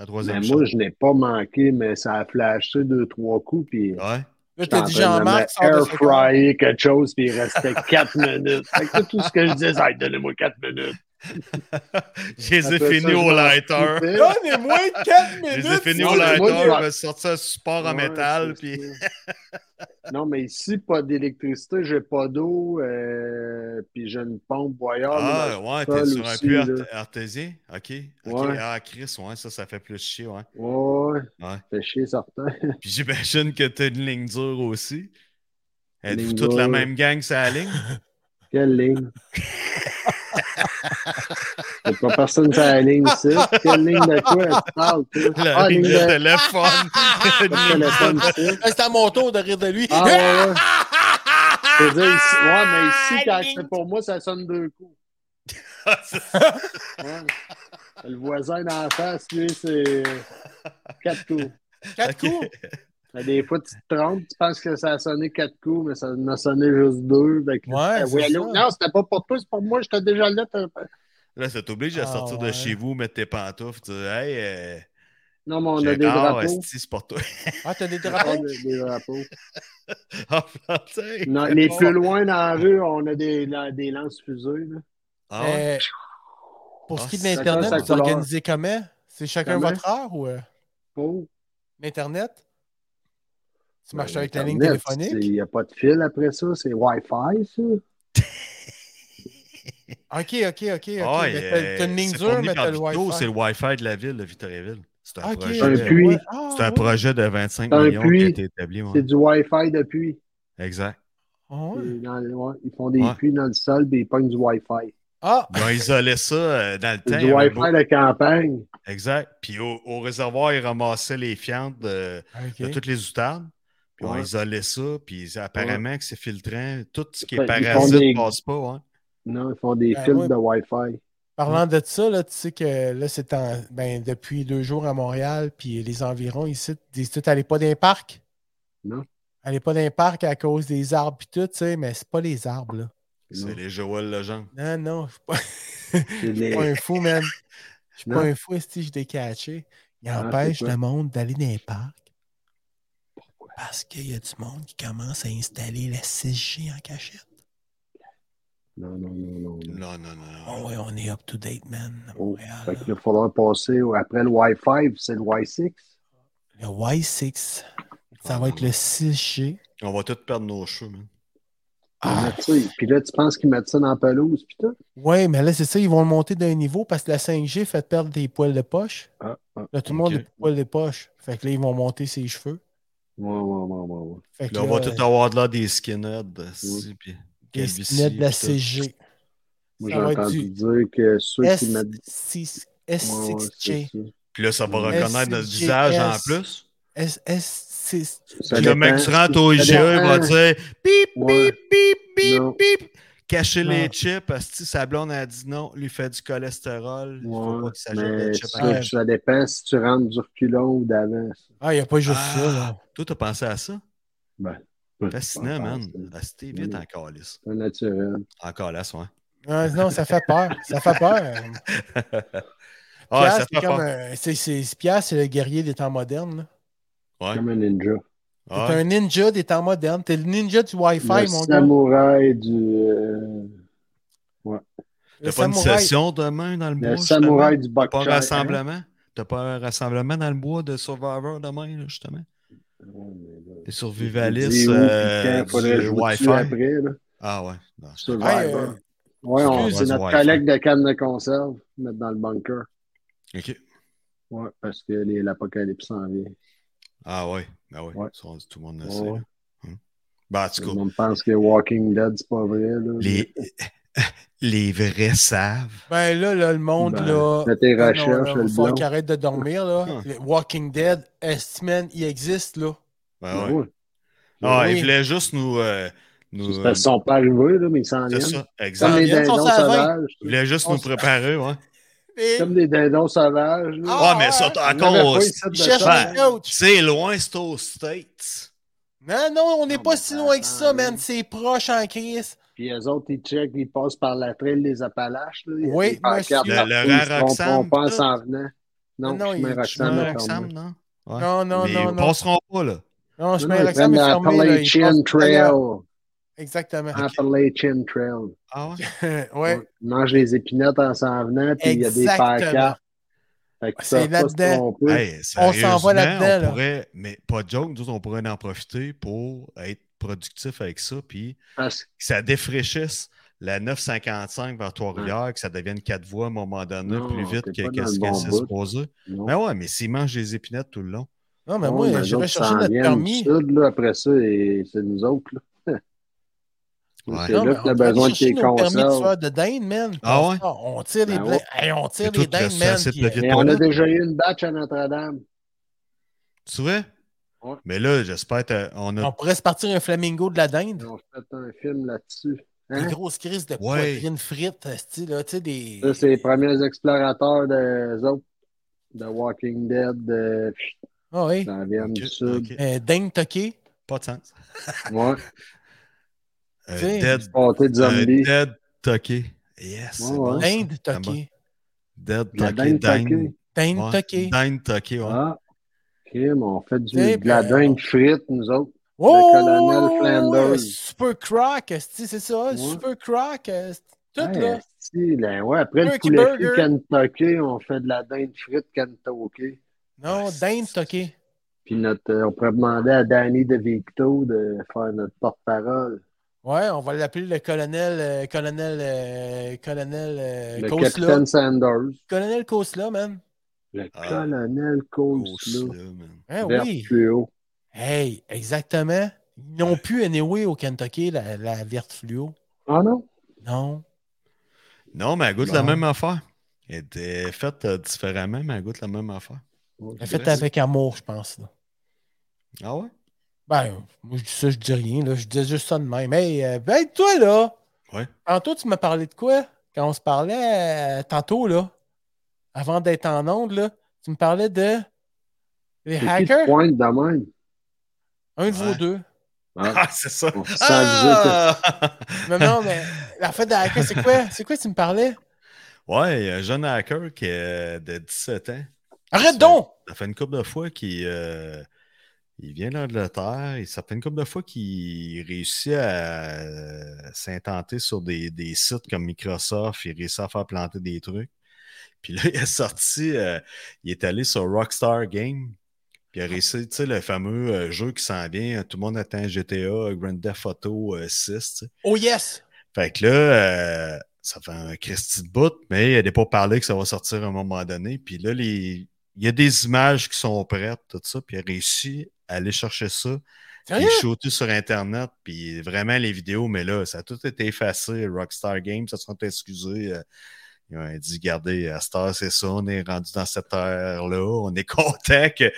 Mais
troisième shot.
Oh! Ben, moi, je n'ai pas manqué, mais ça a flashé deux, trois coups, puis
Ouais.
Là,
j'étais
t'as
en
dit
train de me
Jean-Marc, sort de
air
ce corps.
fryer quelque chose, puis il restait quatre minutes. Fait que tout ce que je disais, c'est donnez-moi quatre minutes.
Je les ai
Après ça,
finis
je
au
m'en
lighter.
foutais.
Donnez-moins 4 minutes!
Je les ai finis
sinon
au
moi,
lighter,
je vais-
je me suis sorti un support en
Ouais,
métal,
c'est
puis
ça. non, mais ici, pas d'électricité, j'ai pas d'eau, euh, puis j'ai une pompe voyeur. là,
Ah,
dans-
ouais,
sol
t'es sur un
aussi,
puits
là.
art- artésien? OK. OK.
Ouais.
Ah, Chris, ouais, ça, ça fait plus chier, ouais.
Ouais,
Ouais.
fait chier certain.
Puis j'imagine que t'as une ligne dure aussi. Êtes-vous
Ligne
toute la
dure.
même gang sur la ligne?
Quelle ligne? Y'a pas personne sur la ligne ici. Quelle ligne de quoi tu parles, toi?
La
ah,
ligne de
de
téléphone. Une
pas de
ligne dure.
téléphone ici.
Ah, C'est à mon tour de rire de lui. Eh,
Ah, ouais, ouais. Je veux dire, ici- ouais, mais ici, quand c'est pour moi, ça sonne deux coups.
Ah,
Ouais. Le voisin d'en face, lui, c'est quatre coups.
Quatre coups.
Mais des fois, tu te trompes, tu penses que ça a sonné quatre coups, mais ça en a sonné juste deux. Fait que là,
Ouais,
tu fais,
c'est
allô?
ça.
Non, c'était pas pour toi, c'est pour moi, j'étais déjà là. t'as-
Là, ça t'oblige à
Ah,
sortir de
ouais.
chez vous, mettre tes pantoufles, tu dis, hey, euh,
Non, mais on
j'ai
a
un
des
corps,
drapeaux.
esti, c'est pour toi.
Ah, t'as des
On a
drapeaux?
des- des drapeaux.
En français.
Non, les plus loin dans la rue, on a des, la- des lances-fusées. là.
Ah,
Euh,
ouais?
pour ce qui est de
Ah,
l'Internet,
chacun sa
vous
couleur.
organisez comment? C'est chacun
Comment?
votre heure ou euh,
Oh.
l'Internet? Tu marches
Ben,
avec la ligne
Internet, c'est- Il
téléphonique?
n'y a pas de fil après ça, c'est Wi-Fi, ça.
Ok, ok, ok. Eh, ok.
Ah,
Mais t'as-
euh,
t'as une ligne
c'est
dure,
fourni
mais
par
t'as le
Victo,
Wi-Fi.
C'est le Wi-Fi de la ville de Victoriaville. C'est un
Ok,
projet. euh,
Un
ouais.
puits.
Ah,
C'est un
ouais.
projet de 25
C'est un
millions qui
puits.
a été établi. ouais.
C'est du Wi-Fi depuis.
Exact.
Ah, ouais.
Ils- dans le- ouais, ils font des
Ouais.
puits dans le sol et ils pognent du Wi-Fi.
Ah,
Ils ont isolé ça euh, dans le
C'est
temps. il
du
y avait
Wi-Fi de campagne.
beau- Exact. Puis au, au réservoir, ils ramassaient les fientes de, de
ok.
toutes les outardes. Puis on
Ouais.
isolait ça. Puis apparemment que c'est filtrant. Tout ce qui est
Ils font
parasite
des-
ne passe pas. ouais.
Non, ils font des
Ben,
fils
moi-
de Wi-Fi.
Parlant de ça, là, tu sais que là, c'est en- ben, depuis deux jours à Montréal, puis les environs ici, disent tout, allez pas dans les parcs.
Non.
Allez pas dans les parcs à cause des arbres, puis tout, tu sais, mais c'est pas les arbres, là.
C'est les Joël Legendre.
Non, non, je suis pas,
C'est
je suis
les-
pas un fou, man. Je suis
Non.
pas un fou, si je t'ai catché. Il
Ah,
empêche
c'est quoi?
le monde d'aller dans les parcs. Parce qu'il y a du monde qui commence à installer la 6G en cachette.
Non, non, non, non. non.
Non, non, non.
Ah ouais, on est up to date, man. à
Oh,
Montréal.
Fait qu'il va falloir passer au- après le Wi-Fi, c'est le Wi-6.
Le Y6, ça va être
Ah.
le 6G.
On va tous perdre nos cheveux, man.
Ah,
Tu sais, Puis là, tu penses qu'ils mettent ça dans la pelouse, puis tout?
ouais, mais là, c'est ça, ils vont le monter d'un niveau parce que la 5G fait perdre des poils de poche.
Ah, ah.
Là, tout le monde a
Ok.
des poils de poche. Fait que là, ils vont monter ses cheveux.
Ouais, ouais, ouais, ouais, ouais.
Fait que
Là, on va
là, euh,
tout avoir de là des skinheads. si, puis
des
calvitie,
lunettes de la
puis tout.
6G.
Moi,
Ça
j'ai
va être
entendu
du
dire que ceux qui mettent.
S6,
Ouais, ouais,
S6G.
c'est ça.
Puis là, ça va
Ouais.
reconnaître notre
SGS.
visage en plus.
S- S6.
Ça
Puis le mec
dépend-
qui rentre au
ça
IGA, il va
dépend.
dire bip,
Ouais.
bip, bip, bip,
Non.
bip. Cacher
Non.
les chips, parce que sa blonde a dit non, lui fait du cholestérol. Il faut
Ouais,
pas qu'il s'ajoute
mais
de chips.
ça,
à la-
ouais.
ça dépend si tu rentres du reculon ou d'avant.
Ah, il n'y a pas juste ça,
Ah,
là.
toi, t'as pensé à ça? Fascinant, man.
C'est
Ah, C'était vite
Mm.
en calice.
naturel.
En calice, ouais.
Ah, non, ça fait peur. Ça fait peur.
Ah,
Pierre,
ça
c'est
fait
comme
peur.
un- c'est- c'est- c'est- Pierre, c'est le guerrier des temps modernes. là.
Ouais.
Comme un ninja.
T'es
Ah,
un ninja des temps modernes. T'es le ninja du Wi-Fi,
Le
mon gars.
samouraï du. euh,
Le
T'as pas une
samouraï.
session demain dans le bois?
le
justement?
samouraï du
T'as pas un
boxeur.
rassemblement? T'as pas un rassemblement dans le bois de Survivor demain, là, justement?
hein.
Des survivalistes euh, du Wi-Fi?
Après, là.
Ah ouais. Non, je-
Survivor.
Hey, euh,
ouais, on-
excuse.
c'est notre
Wi-Fi.
collègue de canne de conserve, mettre dans le bunker.
OK.
Ouais, parce que les- l'apocalypse s'en vient.
Ah ouais. Ah ouais.
Ouais.
Ça, on- Tout le monde le
Ouais,
sait.
ouais.
là. Hum. Ben, en
Tout
tout
le
cas,
monde pense que Walking Dead, c'est pas vrai. Là.
les, les vrais savent.
Ben là, là, le monde,
Ben,
là.
Fais tes
Il
recherches, le
Ah, faut
blanc.
qu'il arrête de dormir, là. Le Walking Dead, Estimate, il existe, là.
Ben, ouais.
Ouais.
Ah,
Oui.
ils voulaient juste nous. euh, nous
ben Parce qu'ils sont pas arrivés, là, mais ils s'en
c'est
viennent.
ça, exact.
Comme les
Ils viennent,
dindons
sont à vingt.
sauvages.
Ils voulaient juste
On
nous
s-
préparer, ouais.
Comme des dindons sauvages. là.
Ah,
Ah, mais
ouais.
ça, t'as
On avait
encore.
pas ici de
Il cherche
ça.
un coach.
C'est loin, c'est aux States.
Non, non, on n'est
Non,
pas
mais
si loin que ça,
attends,
man.
là.
C'est proche en crise.
Puis eux autres, ils checkent, ils passent par la trail des Appalaches. Là. Il y a
Oui,
des pancartes
monsieur.
partout,
Le- le
ils se
Rare
trompent,
Roxham,
On pense
tout.
en venant. Non,
Non,
non
il y a
chemin
du chemin
Roxham est
Chemin
fermé.
Roxham, non? Ouais.
Non, non,
mais
non,
ils
non.
passeront pas, là.
Non, je
Non,
mets
non,
la
ils prennent
est
l'Appalachian
fermée. là, il passe-
Trail. Ah.
Exactement.
Appalachian Trail.
Ah ouais?
ouais.
On mange les épinettes en s'en venant, puis il y a des
Exactement.
pancartes. Fait qu'ils
C'est
savent pas se
là-dedans.
tromper.
Hey,
On s'en va
sérieusement,
là-dedans, là.
On pourrait, mais pas de joke, nous autres, on pourrait en profiter pour être productif avec ça, puis
Parce que
que ça défraîchisse la 955 vers Trois-Rivières, que ça devienne quatre voies à un moment donné
Non,
plus vite
t'es
que
pas dans
qu'est-ce
le
que
bon
c'est
bout.
supposé.
non.
Ben ouais, mais s'ils mangent des épinettes tout le long.
Non, mais
Non,
moi,
mais
j'irais
eux
chercher
autres
notre
s'en viennent
permis.
du sud, là, après ça, et c'est nous autres. là.
Ouais.
C'est
Non, mais
là que
on
t'as
va
besoin
aller
de tes
chercher nos permis de
conserves.
faire de dinde, man.
Ah ouais?
On tire les
Ben
bla-
ouais.
Hey, on tire
Et
les
tout le
dindes,
reste,
man.
ça, c'est
puis- euh,
de la vie.
Mais on a
Toilette.
déjà eu une batch à Notre-Dame.
Tu vois?
Ouais.
Mais là, j'espère qu'on a.
On pourrait se partir un flamingo de la dinde.
Ils ont fait un film là-dessus.
Des
Hein?
grosses crises de
Ouais.
poitrine frite, esti, là, tu sais, des...
Ça, c'est les premiers explorateurs des autres. The Walking Dead, de...
Ah oui.
ça vient
Ok,
du sud.
ok.
Euh, dingue toqué.
Pas de sens.
Ouais,
Euh,
Tu sais,
dead,
pâté de
euh,
zombies.
dead Tucky. Yes, c'est
Ouais,
bon.
ouais.
ça.
Dinde toqué.
Dead
La
Tucky.
dinde
Dinde
toquée.
Dinde
Tucky.
toquée.
Dinde Tucky, ouais.
Ah, crime, on fait du,
Eh
de la
ben,
dinde frite, nous autres.
Oh!
colonel Flanders.
ouais, Super croc, esti, c'est ça.
Ouais.
Super croc. esti, Tout,
Hey,
là.
esti, là, ouais, après le
Turkey
poulet frit
burger.
Kentucky, on fait de la dinde frite Kentucky.
Non,
c'est-
dinde toquée.
Puis notre, euh, on pourrait demander à Danny DeVito de faire notre porte-parole.
Ouais, on va l'appeler le colonel... euh, colonel... euh, colonel...
Ben,
euh,
Le
Coastla.
capitaine Sanders.
Colonel Coastla, man.
Le
Ah.
colonel
Oh,
Coastla.
là, man.
Hein,
Vert
oui.
fluo.
Hey, exactement. Ils n'ont plus, anyway, au Kentucky, la, la verte fluo.
Ah non?
Non.
Non, mais elle goûte
Bon.
la même affaire. Elle était faite euh, différemment, mais elle goûte la même affaire.
Elle est faite
Vrai, ça.
avec amour, je pense. là.
Ah ouais?
Ben, moi, je dis ça, je dis rien, là. Je dis juste ça de même. Hey, euh, ben, toi, là.
Ouais.
Tantôt, tu m'as parlé de quoi? Quand on se parlait, euh, tantôt, là, avant d'être en onde, là, tu me parlais de. Les
C'est qui te
hackers?
pointe de même?
Un de vos
Ouais.
deux.
Ah,
Ah, c'est ça.
on se sent visé,
Ah!
Mais non, mais la fête des hackers, c'est quoi? C'est quoi que tu me parlais?
Ouais, il y a un jeune hacker qui est de 17 ans.
Arrête
C'est-
donc!
Ça fait une couple de fois qu'il euh, Il vient d'Angleterre et ça fait une couple de fois qu'il réussit à euh, s'intenter sur des, des sites comme Microsoft. Il réussit à faire planter des trucs. Puis là, il est sorti, euh, il est allé sur Rockstar Game. Puis il a réussi, tu sais, le fameux euh, jeu qui s'en vient. Tout le monde attend GTA, Grand Theft Auto euh, 6. tu sais.
Oh yes!
Fait que là, euh, ça fait un Christy de bout, mais il y a des pas parlé que ça va sortir à un moment donné. Puis là, les... il y a des images qui sont prêtes, tout ça. Puis il a réussi à aller chercher ça. Puis
Sérieux?
il shooté sur Internet. Puis vraiment, les vidéos, mais là, ça a tout été effacé. Rockstar Games, ça se sont excusés. euh, Ils ont dit, regardez, à cette heure, c'est ça, on est rendu dans cette heure-là. On est content que,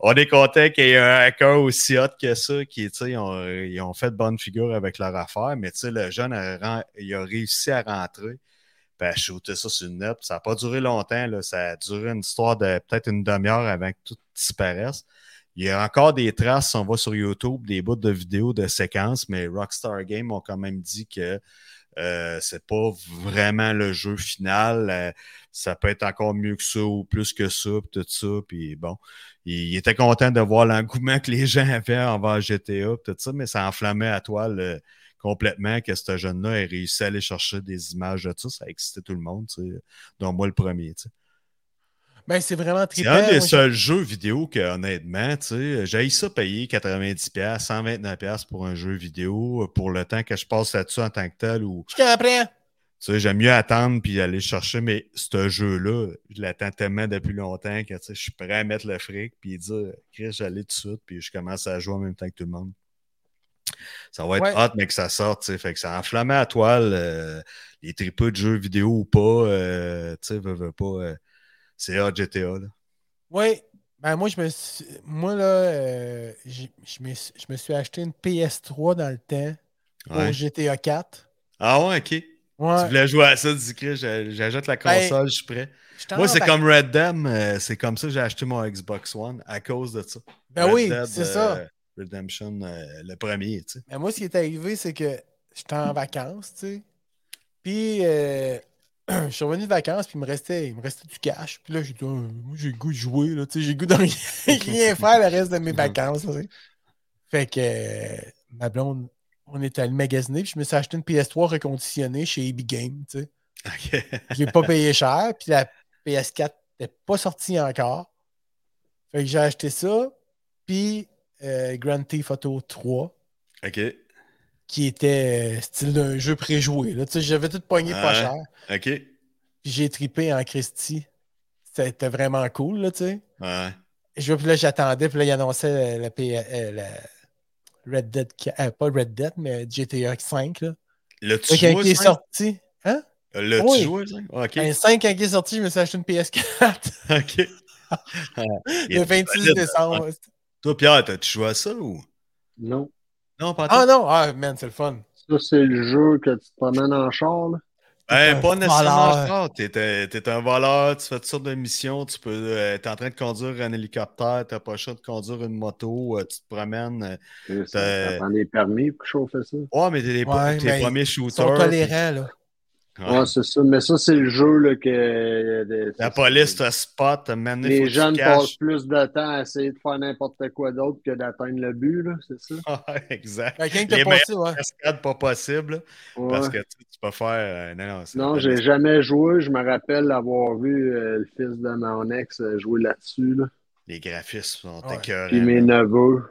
on est content qu'il y ait un hacker aussi hot que ça, qui, tu sais, ont- ils ont fait bonne figure avec leur affaire, mais tu sais, le jeune, a, ren- il a réussi à rentrer, puis à shooter ça sur le net. Puis Ça n'a pas duré longtemps, là. ça a duré une histoire de peut-être une demi-heure avant que tout disparaisse. Il y a encore des traces, on va sur YouTube, des bouts de vidéos de séquences, mais Rockstar Games ont quand même dit que euh, c'est pas vraiment le jeu final. Euh, ça peut être encore mieux que ça ou plus que ça, puis tout ça. Puis bon, il, il était content de voir l'engouement que les gens avaient envers GTA, puis tout ça, mais ça enflammait à toile euh, complètement que ce jeune-là ait réussi à aller chercher des images de ça. Ça a excité tout le monde, tu sais, dont moi le premier. tu sais.
Ben, c'est vraiment très
C'est un des seuls jeux vidéo que, honnêtement, tu sais, euh, j'ai ça payer 90$, 129$ pour un jeu vidéo, euh, pour le temps que je passe là-dessus en tant que tel ou
Je comprends.
tu sais, j'aime mieux attendre puis aller chercher, mais ce jeu-là, je l'attends tellement depuis longtemps que tu sais, je suis prêt à mettre le fric puis dire Chris, j'allais tout de suite, puis je commence à jouer en même temps que tout le monde. Ça va être
Ouais.
hot, mais que ça sorte, tu sais. Fait que ça enflammait à toile euh, les tripeux de jeux vidéo ou pas. euh, tu sais, veux, veux pas. euh, c'est hot GTA, là.
Oui. Ben, moi, je me suis. Moi, là, euh, j'ai- je me suis- je me suis acheté une PS3 dans le temps pour
Ouais.
GTA 4.
Ah ouais, ok. Tu
Ouais.
voulais jouer à ça, tu dis Chris, j'a- j'ajoute la
Ben,
console, je suis prêt.
Je t'en
Moi, c'est
embarque.
comme Red Dam, euh, c'est comme ça que j'ai acheté mon Xbox One à cause de ça.
Ben
Red
oui,
Dead,
c'est ça.
euh, Redemption, euh, le premier, tu sais.
Mais moi, ce qui est arrivé, c'est que j'étais en vacances, tu sais. Puis, euh, je suis revenu de vacances, puis il me restait, il me restait du cash. Puis là, j'ai dit, Ah, moi, j'ai le goût de jouer, là, tu sais, j'ai le goût de rien, rien faire le reste de mes vacances, tu sais. Fait que, euh, ma blonde, on est allé magasiner, puis je me suis acheté une PS3 reconditionnée chez EB Game, tu sais.
Ok.
Je l'ai pas payé cher, puis la PS4 n'était pas sortie encore. Fait que j'ai acheté ça, puis euh, Grand Theft Auto 3
Ok.
qui était euh, style d'un jeu préjoué. Là. Tu sais, J'avais tout pogné
Ah
pas
ouais.
cher.
Ok.
Puis j'ai tripé en Christie. C'était vraiment cool, là, tu sais.
Ouais.
Et je vois, puis là, j'attendais, puis là, il annonçait euh, la, P- euh, la Red Dead, qui- euh, pas Red Dead, mais GTA 5, là.
L'as-tu
Là,
joué,
quand il est
ça?
sorti, hein?
L'as-tu
Oui.
joué, ça? Ok.
Un 5, quand il est sorti, je me suis acheté une PS4
Ok. Il hein?
le
est
26
valide,
décembre.
Toi, Pierre, t'as-tu joué à ça ou?
Non.
Non, pas
Ah
tant.
non, ah man, c'est le fun.
Ça, c'est le jeu que tu te promènes en char, là.
Ben,
un
pas nécessairement
voleur.
encore. T'es un, t'es un voleur, tu fais toutes sortes de missions, tu peux, euh, t'es en train de conduire un hélicoptère, t'as pas le choix de conduire une moto, euh, tu te promènes. euh.
Et
Euh,
Ça ça prend des permis pour chauffer ça.
Ouais, mais t'es les,
Ouais,
t'es
mais
les premiers
Ils sont
shooters.
tolérants, là.
puis-
Ouais,
Ouais.
c'est ça. Mais ça, c'est le jeu là, que. euh, de-
La
c'est-
police te spot, te mène, faut
Les
que tu
jeunes
caches.
passent plus de temps à essayer de faire n'importe quoi d'autre que d'atteindre le but, là, c'est ça?
Ouais, exact.
Fait que Quand
Les
t'as passé, ouais.
Cascade pas possible.
Ouais.
Parce que tu, sais, tu peux faire. euh, non, non, c'est-
Non, j'ai jamais joué. Je me rappelle avoir vu euh, le fils de mon ex euh, jouer là-dessus, là.
Les graphismes sont
Ouais.
écœurants.
Puis mes neveux.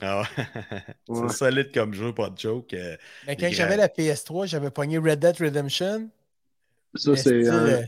Ah ouais.
Ouais.
c'est solide comme jeu, pas de joke. euh,
Mais quand
Les
j'avais la PS3, j'avais pogné Red Dead Redemption.
Ça,
Mais
c'est.
style,
un-
euh,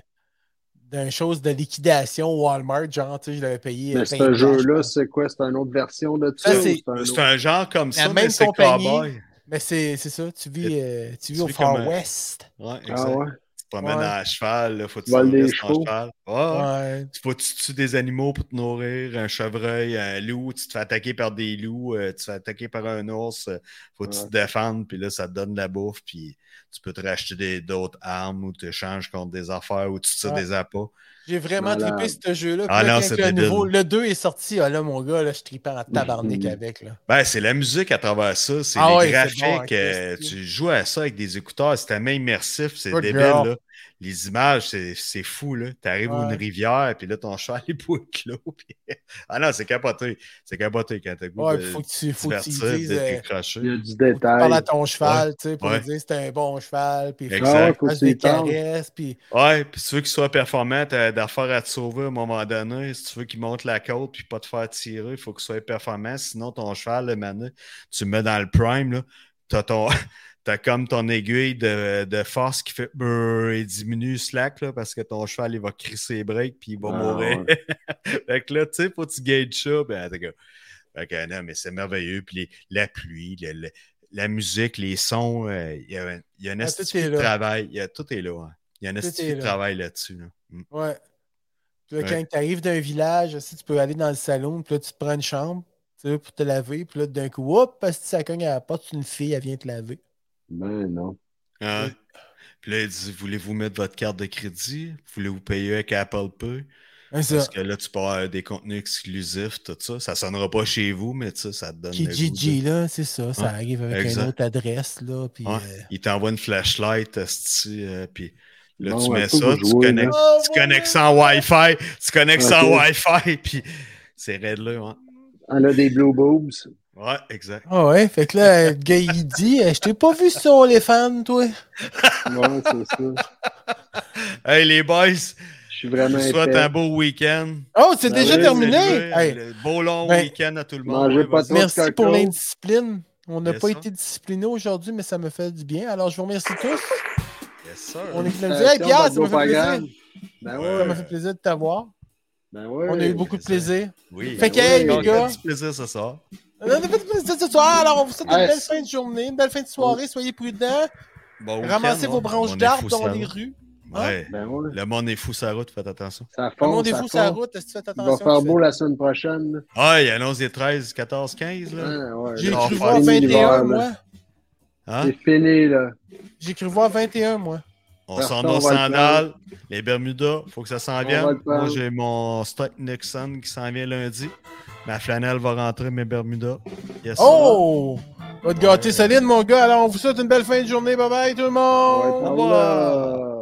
D'un chose de liquidation Walmart, genre, tu sais, je l'avais payé.
Mais
euh,
ce
20
jeu-là,
piastres,
c'est quoi? C'est une autre version de
Ça,
ça? ou
c'est-
un
C'est
autre-
un genre comme ça, mais
même
c'est
compagnie.
cowboy.
Mais c'est c'est ça, tu vis, euh, tu vis
tu
au
vis
Far
comme un-
West.
Ouais, exact.
Ah ouais?
Tu te promènes
Ouais.
à cheval, là, faut que tu
Voles des
nourrisses ton
chevaux.
cheval. Ouais, ouais.
Ah.
Ouais.
Tu faut que tu tues des animaux pour te nourrir, un chevreuil, un loup, tu te fais attaquer par des loups, euh, tu te fais attaquer par un ours, euh, faut que tu
Ouais.
te défendes, puis là, ça te donne de la bouffe, puis tu peux te racheter des- d'autres armes ou tu échanges contre des affaires ou tu tires
Ouais.
des appâts.
J'ai vraiment
Malade.
trippé ce jeu-là.
Ah
Puis là,
non,
quand
c'est
le,
débile.
nouveau- le 2 est sorti, ah là, mon gars, là, je tripais en tabarnak
Mhm.
avec. Là.
Ben, c'est la musique à travers ça, c'est
Ah
les
ouais, c'est
graphiques.
bon, hein,
euh,
Christy.
tu joues à ça avec des écouteurs, c'est tellement immersif, c'est
Good
débile.
girl.
Là. Les images, c'est c'est fou, là. T'arrives à une
Ouais.
rivière, puis là, ton chat, il est bout clos. puis- Ah non, c'est capoté. C'est capoté quand t'as le goût
Ouais,
de
puis faut que tu, faut que tu
divertir,
lui dises,
de
euh,
décrocher.
Il y a du
faut que tu parles à
détail.
ton cheval, tu sais, pour
Ouais.
lui dire c'était un bon cheval, puis
Exact.
Ah, ouais, faut que
fasse
tu y
des
parles.
caresses, puis
Ouais, puis si tu veux qu'il soit performant, t'as d'affaires à te sauver à un moment donné. Si tu veux qu'il monte la côte puis pas te faire tirer, il faut qu'il soit performant. Sinon, ton cheval, le mané, tu le mets dans le prime, là, t'as ton. T'as comme ton aiguille de, de force qui fait brrr et diminue slack là, parce que ton cheval il va crisser les breaks puis il va
Ah,
mourir. fait que là, tu sais, faut que tu gages ça. Ben, en tout cas. Fait que non, mais c'est merveilleux. Puis les- la pluie, le- le- la musique, les sons, euh, il y a, il y a un
Ah,
esti
tout est
de
là.
travail. Il y a- tout est là. hein. Il y a un
Tout
esti
est
de
là.
travail là-dessus. là. Mm.
ouais. Puis là,
Ouais.
quand tu arrives d'un village, aussi, tu peux aller dans le salon, puis là, tu te prends une chambre tu sais, pour te laver, puis là, d'un coup, hop, parce que ça cogne à la porte, c'est une fille, elle vient te laver.
Ben non.
Hein?
Oui.
Puis là, il dit Voulez-vous mettre votre carte de crédit Voulez-vous payer avec Apple Pay
Hein, ça.
Parce que là, tu peux avoir des contenus exclusifs, tout ça. Ça sonnera pas chez vous, mais tu sais, ça te donne. le goût
Kijiji, là, c'est ça, ça
Ouais,
arrive avec
exact.
une autre adresse, là, puis...
de- Ouais.
euh,
Il t'envoie une flashlight, esti, euh, puis là,
Bon,
tu
ouais,
mets
faut
ça,
que
tu
je
connectes.
voie,
Oh,
tu
mon
connectes
Dieu!
sans Wi-Fi, tu connectes sans
Ok.
Wi-Fi, puis c'est raide là, hein.
Elle a des blue boobs.
Ouais, exact.
Ah ouais, fait que là, le gars, il dit, euh, je t'ai pas vu sur OnlyFans, toi.
Ouais, c'est ça.
Hey les boys,
Je
je
suis vraiment
vous souhaite un
épais.
beau week-end.
Oh, c'est
Ben
déjà
oui,
terminé?
Saluez,
Hey,
le Beau long
Ben,
week-end à tout le monde.
mangez
Ouais,
pas
vas-y.
trop de
merci pour
cacao.
l'indiscipline. On n'a
Yes,
pas
sir.
été disciplinés aujourd'hui, mais ça me fait du bien. Alors, je vous remercie tous.
Yes, sir.
On est venu me
Euh,
dire, hey,
tiens,
Pierre,
votre
ça m'a fait plaisir.
propagande. Ben
Ouais.
Ça
ouais.
m'a fait plaisir de t'avoir.
Ben ouais.
On a eu beaucoup de
c'est ça.
plaisir.
Oui.
Fait
que, hey,
On
les
gars.
a du plaisir ce soir.
On a fait du plaisir ce soir. Alors, on vous souhaite
Ouais.
une belle fin de journée, une belle fin de soirée. Soyez prudents.
Bon week-end,
Ramassez
hein.
vos
On
branches
est
d'arbres
fous
dans
sur la
les
route.
rues. hein.
Ouais.
Ben ouais.
Le monde est fou sur la route, faites attention.
Ça fond, ça
Rendez-vous sur la
fond.
route. Est-ce que tu fais
Il va
attention?
faire
tu
beau la semaine prochaine.
Ah, il annonce des 13, 14, 15
Ouais,
là.
ouais.
fais- J'ai
Ils vont
cru
faire
voir
fini
21,
l'hiver,
moi.
Hein?
C'est fini, là.
J'ai cru voir 21, moi.
On
Parfait,
sort
on
nos
va le
sandales, les Bermudas, faut que ça s'en
On
vienne.
va le
Moi,
prendre.
j'ai mon stock Nixon qui s'en vient lundi. Ma flanelle va rentrer, mes Bermudas. Yes, sir.
Oh! Va te gâter solide, mon gars. Alors, on vous souhaite une belle fin de journée. Bye bye, tout le
On va
monde!
être par
revoir.
là.